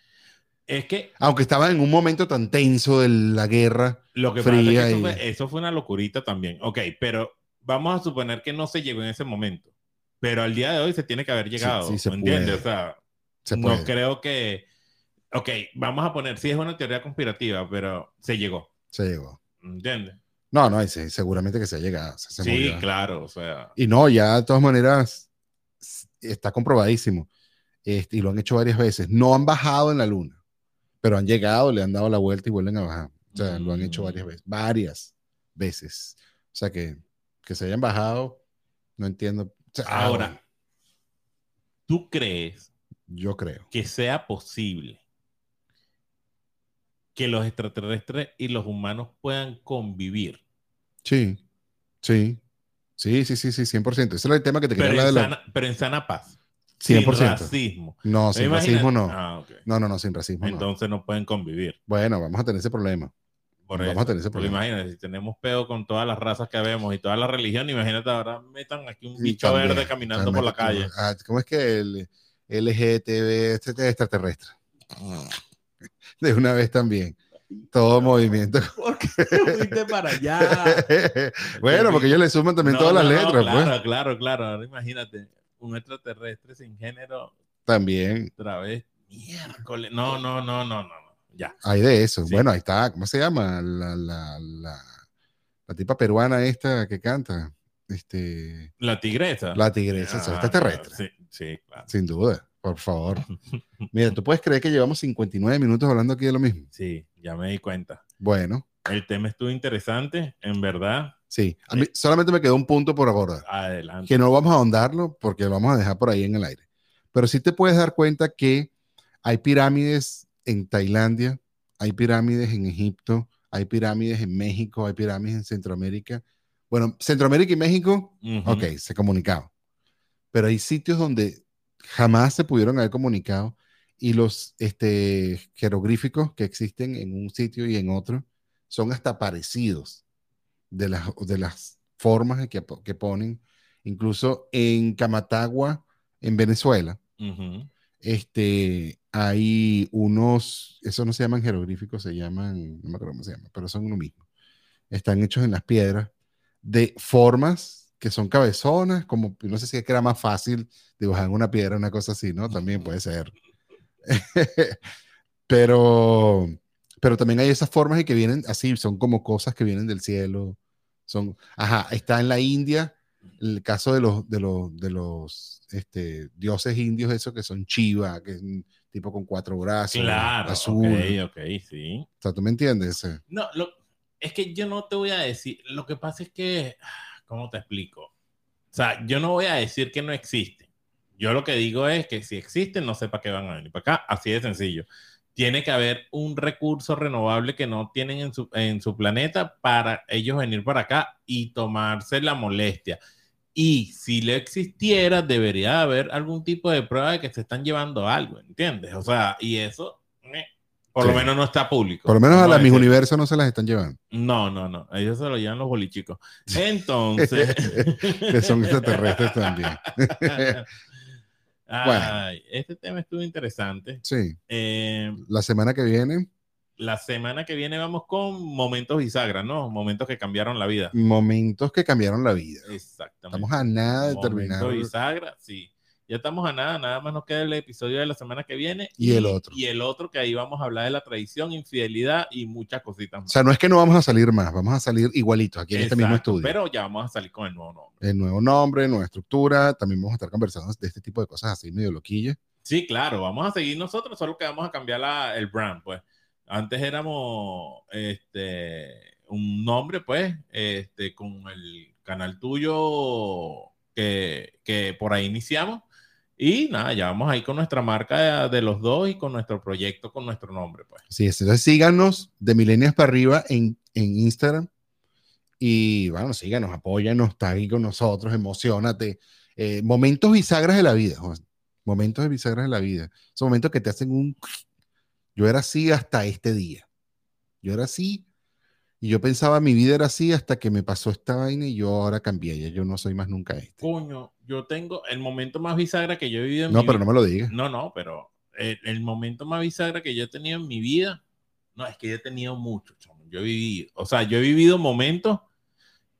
Speaker 2: Es que
Speaker 1: Aunque estaba en un momento tan tenso de la guerra.
Speaker 2: Lo que pasa es
Speaker 1: fría
Speaker 2: que eso
Speaker 1: y-
Speaker 2: fue, eso fue una locurita también. Ok, pero vamos a suponer que no se llegó en ese momento. Pero al día de hoy se tiene que haber llegado.
Speaker 1: sí se
Speaker 2: ¿me
Speaker 1: puede.
Speaker 2: entiendes? O sea,
Speaker 1: Se
Speaker 2: no
Speaker 1: puede.
Speaker 2: creo que. Ok, vamos a poner, sí es una teoría conspirativa, pero se llegó.
Speaker 1: Se llegó.
Speaker 2: ¿me ¿Entiendes?
Speaker 1: No, no, ese- seguramente que se ha llegado. se- se
Speaker 2: sí,
Speaker 1: murió.
Speaker 2: claro. O sea,
Speaker 1: Y no, ya de todas maneras s- está comprobadísimo. Este, y lo han hecho varias veces. No han bajado en la luna, pero han llegado, le han dado la vuelta y vuelven a bajar. O sea, lo han hecho
Speaker 2: Mm.
Speaker 1: varias veces. Varias veces. O sea, que, que se hayan bajado, no entiendo. O sea, ah,
Speaker 2: Ahora.
Speaker 1: bueno,
Speaker 2: ¿tú crees
Speaker 1: yo creo.
Speaker 2: que sea posible que los extraterrestres y los humanos puedan convivir?
Speaker 1: Sí, sí. Sí, sí, sí, sí, 100%. Ese era el tema que te quería
Speaker 2: Pero
Speaker 1: hablar de
Speaker 2: en,
Speaker 1: la-
Speaker 2: sana, pero en sana paz. Sin
Speaker 1: 100%.
Speaker 2: racismo.
Speaker 1: No,
Speaker 2: ¿Te
Speaker 1: sin
Speaker 2: imaginas?
Speaker 1: racismo no.
Speaker 2: Ah, ok.
Speaker 1: No, no, no, sin racismo no.
Speaker 2: Entonces no pueden convivir.
Speaker 1: Bueno, vamos a tener ese problema.
Speaker 2: Por
Speaker 1: Vamos
Speaker 2: eso.
Speaker 1: a tener ese
Speaker 2: Porque
Speaker 1: problema.
Speaker 2: imagínate, si tenemos peo con todas las razas que vemos y todas las religiones, imagínate ahora metan aquí un
Speaker 1: Y
Speaker 2: bicho
Speaker 1: también,
Speaker 2: verde caminando por la calle.
Speaker 1: Totalmente. Ah, ¿Cómo es que el LGTB este es extraterrestre? De una vez también. Todo movimiento.
Speaker 2: ¿Por qué te fuiste para allá?
Speaker 1: bueno, porque ellos le suman también
Speaker 2: Ah. No,
Speaker 1: todas las
Speaker 2: no, no,
Speaker 1: letras,
Speaker 2: claro,
Speaker 1: pues.
Speaker 2: Claro, claro, Ahora imagínate, un extraterrestre sin género,
Speaker 1: También
Speaker 2: otra vez, miércoles. No, no, no, no, no. no. Ya.
Speaker 1: hay de eso.
Speaker 2: Sí.
Speaker 1: Bueno, ahí está. ¿Cómo se llama? La, la, la, la tipa peruana esta que canta. Este,
Speaker 2: La tigresa.
Speaker 1: la tigresa, eso,
Speaker 2: Ah,
Speaker 1: extraterrestre.
Speaker 2: Sí, sí, claro.
Speaker 1: Sin duda, por favor. Mira, tú puedes creer que llevamos 59 minutos hablando aquí de lo mismo.
Speaker 2: Sí, ya me di cuenta.
Speaker 1: Bueno,
Speaker 2: El tema estuvo interesante, en verdad.
Speaker 1: Sí, a mí solamente me quedó un punto por abordar,
Speaker 2: Adelante.
Speaker 1: que no vamos a ahondarlo porque lo vamos a dejar por ahí en el aire. Pero sí te puedes dar cuenta que hay pirámides en Tailandia, hay pirámides en Egipto, hay pirámides en México, hay pirámides en Centroamérica. Bueno, Centroamérica y México
Speaker 2: Ujú.
Speaker 1: Ok, se comunicaban. Pero hay sitios donde jamás se pudieron haber comunicado y los este, jeroglíficos que existen en un sitio y en otro son hasta parecidos de las, de las formas que, po- que ponen. Incluso en Camatagua, en Venezuela,
Speaker 2: Ujú.
Speaker 1: este, hay unos, eso no se llaman jeroglíficos, se llaman, no me acuerdo cómo se llaman, pero son lo mismo. Están hechos en las piedras de formas que son cabezonas, como no sé si es que era más fácil dibujar en una piedra, una cosa así, ¿no? También puede ser. pero, pero también hay esas formas y que vienen así, son como cosas que vienen del cielo. Son, ajá, está en la India el caso de los, de los, de los este, dioses indios, esos que son Chiva, que es un tipo con cuatro brazos,
Speaker 2: Claro,
Speaker 1: azul.
Speaker 2: ok, ok, sí.
Speaker 1: O sea, ¿tú me entiendes? Eh,
Speaker 2: No, lo- es que yo no te voy a decir, lo que pasa es que, ah, ¿cómo te explico? O sea, yo no voy a decir que no existen. Yo lo que digo es que si existen, no sé para qué van a venir para acá, así de sencillo. Tiene que haber un recurso renovable que no tienen en su, en su planeta para ellos venir para acá y tomarse la molestia. Y si le existiera, debería haber algún tipo de prueba de que se están llevando algo, ¿entiendes? O sea, y eso, eh, por lo
Speaker 1: Sí.
Speaker 2: menos no está público.
Speaker 1: Por lo menos a
Speaker 2: Vamos
Speaker 1: las mis
Speaker 2: decir-
Speaker 1: universo no se las están llevando,
Speaker 2: no, no, no. Ellos se lo llevan los bolichicos. Entonces.
Speaker 1: que son extraterrestres también.
Speaker 2: Ay, este tema estuvo interesante.
Speaker 1: Sí,
Speaker 2: Eh,
Speaker 1: la semana que viene,
Speaker 2: la semana que viene vamos con momentos bisagra, ¿no? Momentos que cambiaron la vida.
Speaker 1: momentos que cambiaron la vida.
Speaker 2: Exactamente.
Speaker 1: Estamos a nada de terminar.
Speaker 2: Momentos bisagra, sí. Ya estamos a nada, nada más nos queda el episodio de la semana que viene.
Speaker 1: Y el otro.
Speaker 2: Y el otro, que ahí vamos a hablar de la traición, infidelidad y muchas cositas
Speaker 1: O
Speaker 2: más.
Speaker 1: sea, no es que no vamos a salir más, vamos a salir igualitos aquí en este mismo
Speaker 2: Exacto,
Speaker 1: estudio.
Speaker 2: Pero ya vamos a salir con el nuevo nombre.
Speaker 1: El nuevo nombre, nueva estructura, también vamos a estar conversando de este tipo de cosas así medio loquillas.
Speaker 2: Sí, claro, vamos a seguir nosotros, solo que vamos a cambiar la- el brand, pues. Antes éramos este un nombre, pues, este, con el canal tuyo que, que por ahí iniciamos. Y nada, ya vamos ahí con nuestra marca de, de los dos y con nuestro proyecto, con nuestro nombre, pues.
Speaker 1: Sí, entonces síganos de Milenias para arriba en, en Instagram. Y bueno, síganos, apóyanos, está ahí con nosotros, emocionate. Eh, momentos bisagras de la vida, José. momentos de bisagras de la vida. Son momentos que te hacen un... Yo era así hasta este día. Yo era así y yo pensaba mi vida era así hasta que me pasó esta vaina y yo ahora cambié. Ya yo no soy más nunca este.
Speaker 2: Coño, yo tengo el momento más bisagra que yo he vivido en
Speaker 1: No,
Speaker 2: mi
Speaker 1: pero
Speaker 2: vida.
Speaker 1: no me lo digas.
Speaker 2: No, no, pero el, el momento más bisagra que yo he tenido en mi vida, no, es que yo he tenido mucho, chamo. Yo he vivido, o sea, yo he vivido momentos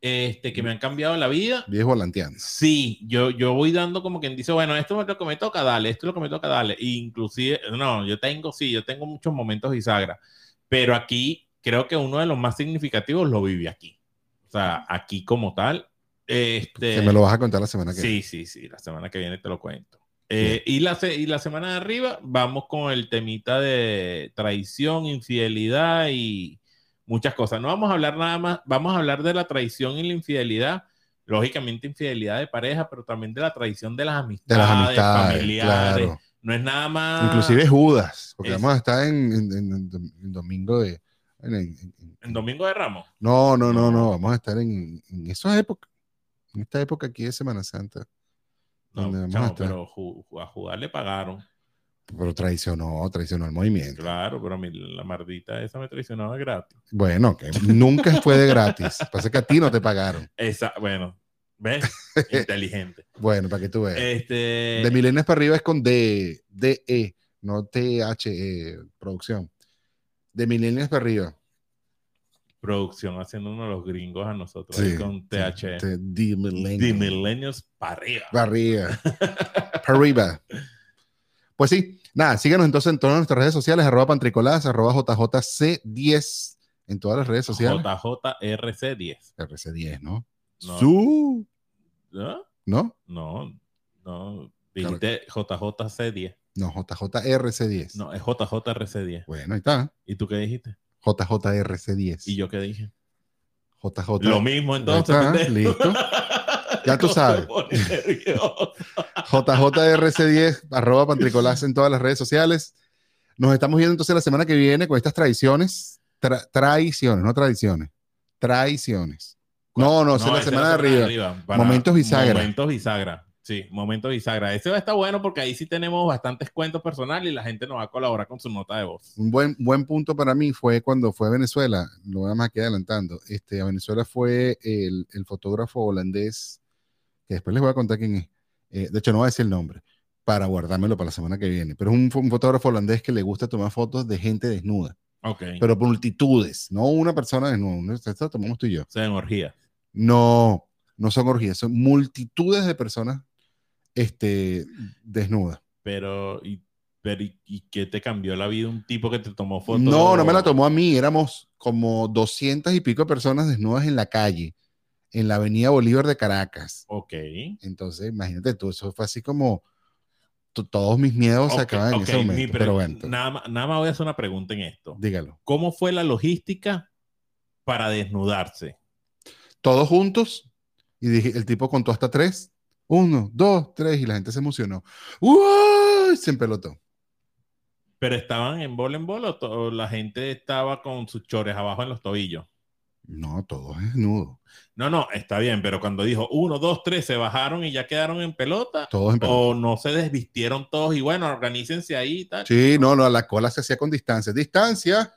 Speaker 2: este, que me han cambiado la vida.
Speaker 1: Viejo volanteando.
Speaker 2: Sí, yo, yo voy dando como quien dice, bueno, esto es lo que me toca, dale, esto es lo que me toca, dale. Inclusive, no, yo tengo, sí, yo tengo muchos momentos bisagra, pero aquí creo que uno de los más significativos lo viví aquí. O sea, aquí como tal, este...
Speaker 1: Que me lo vas a contar la semana que viene.
Speaker 2: Sí, sí, sí, la semana que viene te lo cuento. Eh, y, la, se- y la semana de arriba vamos con el temita de traición, infidelidad y muchas cosas. No vamos a hablar nada más, vamos a hablar de la traición y la infidelidad, lógicamente infidelidad de pareja, pero también de la traición Ah, de las
Speaker 1: De
Speaker 2: amistades,
Speaker 1: las amistades,
Speaker 2: familiares.
Speaker 1: claro.
Speaker 2: No es nada más.
Speaker 1: Inclusive Judas, porque
Speaker 2: Eso.
Speaker 1: vamos a estar en, en- en- en dom- en domingo de... en- en- en-
Speaker 2: en Domingo de Ramos.
Speaker 1: no, no, no,
Speaker 2: No.
Speaker 1: no, vamos a estar en, en esa época, en esta época aquí de Semana Santa,
Speaker 2: No,
Speaker 1: ¿Dónde vamos a
Speaker 2: chamo,
Speaker 1: estar?
Speaker 2: pero ju- ju- a jugar le pagaron.
Speaker 1: pero traicionó, traicionó el movimiento.
Speaker 2: Claro, pero a mí la mardita esa me traicionaba gratis.
Speaker 1: Bueno, que nunca fue de gratis, pasa que a ti no te pagaron.
Speaker 2: Esa, bueno, ¿ves? Inteligente.
Speaker 1: Bueno, para que tú veas.
Speaker 2: Este,
Speaker 1: de milenios para arriba es con D, DE, no THE, producción. De milenios para arriba.
Speaker 2: producción haciéndonos los gringos a nosotros ahí
Speaker 1: Sí,
Speaker 2: con E.
Speaker 1: sí,
Speaker 2: TH.
Speaker 1: sí, de millennials.
Speaker 2: The Millennials para arriba.
Speaker 1: Para arriba. Para arriba. Pues sí, nada, síganos entonces en todas nuestras redes sociales, arroba pantricoladas, arroba JJC10, en todas las redes sociales.
Speaker 2: JJRC10.
Speaker 1: RC10, ¿no?
Speaker 2: No.
Speaker 1: Su,
Speaker 2: ¿No?
Speaker 1: ¿no?
Speaker 2: No, no. Dijiste JJC10.
Speaker 1: No, JJRC10.
Speaker 2: No, es JJRC10.
Speaker 1: Bueno, ahí está.
Speaker 2: ¿Y tú qué dijiste?
Speaker 1: JJRC10.
Speaker 2: ¿Y yo qué dije?
Speaker 1: JJ.
Speaker 2: Lo mismo entonces.
Speaker 1: Ahí está,
Speaker 2: pendejo.
Speaker 1: listo. Ya tú
Speaker 2: No te
Speaker 1: sabes.
Speaker 2: pones nervioso.
Speaker 1: JJRC10, arroba Pantricolás en todas las redes sociales. Nos estamos viendo entonces la semana que viene con estas tradiciones. Tra- traiciones, no tradiciones. Traiciones. No, no, esa es la
Speaker 2: esa
Speaker 1: semana de
Speaker 2: es la
Speaker 1: arriba.
Speaker 2: para
Speaker 1: Momentos bisagra.
Speaker 2: Momentos bisagra. Sí, momentos bisagra. Ese va a estar bueno porque ahí sí tenemos bastantes cuentos personales y la gente nos va a colaborar con su nota de voz.
Speaker 1: Un buen, buen punto para mí fue cuando fue a Venezuela, lo voy a más aquí adelantando. Este, a Venezuela fue el, el fotógrafo holandés, que después les voy a contar quién es. Eh, de hecho, no voy a decir el nombre para guardármelo para la semana que viene. Pero es un, un fotógrafo holandés que le gusta tomar fotos de gente desnuda.
Speaker 2: Ok.
Speaker 1: pero por multitudes, no una persona desnuda, una- esta tomamos tú y yo.
Speaker 2: o sea, en orgía.
Speaker 1: No, no son orgías, son multitudes de personas este, desnudas.
Speaker 2: Pero y, pero, y, y qué te cambió la vida un tipo que te tomó fotos?
Speaker 1: No, no me la tomó a mí, éramos como 200 y pico de personas desnudas en la calle, en la avenida Bolívar de Caracas.
Speaker 2: Ok.
Speaker 1: Entonces, imagínate tú, eso fue así como to- todos mis miedos se
Speaker 2: Ok,
Speaker 1: acaban en
Speaker 2: ok,
Speaker 1: ese
Speaker 2: mi
Speaker 1: momento.
Speaker 2: pre-
Speaker 1: Pero bueno,
Speaker 2: nada, más- nada más voy a hacer una pregunta en esto.
Speaker 1: dígalo.
Speaker 2: ¿Cómo fue la logística para desnudarse?
Speaker 1: Todos juntos, y dije, el tipo contó hasta tres. Uno, dos, tres, y la gente se emocionó. ¡Uy! Se empelotó.
Speaker 2: ¿Pero estaban en bol en bol o, to- o la gente estaba con sus chores abajo en los tobillos?
Speaker 1: No, todo es desnudo.
Speaker 2: No, no, está bien, pero cuando dijo uno, dos, tres, se bajaron y ya quedaron en pelota,
Speaker 1: Todo es en pelota.
Speaker 2: o no se desvistieron todos y bueno, organícense ahí y tal.
Speaker 1: Sí, no, no, la cola se hacía con distancia. Distancia.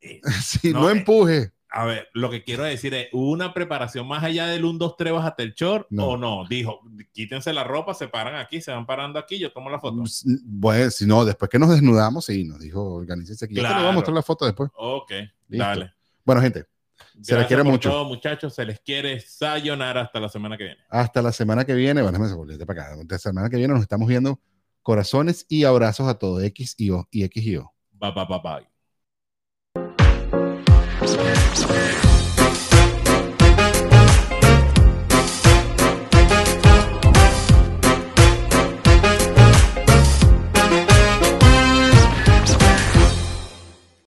Speaker 2: Eh,
Speaker 1: Sí, no,
Speaker 2: no, eh.
Speaker 1: empuje.
Speaker 2: A ver, lo que quiero decir es, ¿hubo una preparación más allá del 1, 2, 3, bájate el short
Speaker 1: No.
Speaker 2: o no? Dijo, quítense la ropa, se paran aquí, se van parando aquí, yo tomo la foto.
Speaker 1: S- Bueno, Pues, si no, después que nos desnudamos, sí, nos dijo, organícense aquí. Yo te lo voy a
Speaker 2: Claro.
Speaker 1: mostrar la foto después.
Speaker 2: Ok,
Speaker 1: Listo.
Speaker 2: dale.
Speaker 1: Bueno, gente, Se la
Speaker 2: Gracias
Speaker 1: quiere
Speaker 2: por
Speaker 1: mucho.
Speaker 2: todo, muchachos, se les quiere sayonara hasta la semana que viene.
Speaker 1: hasta la semana que viene. Bueno, déjame volverte para acá. Hasta la semana que viene nos estamos viendo. Corazones y abrazos a todos. X y O y X y O.
Speaker 2: Bye, bye, bye, bye.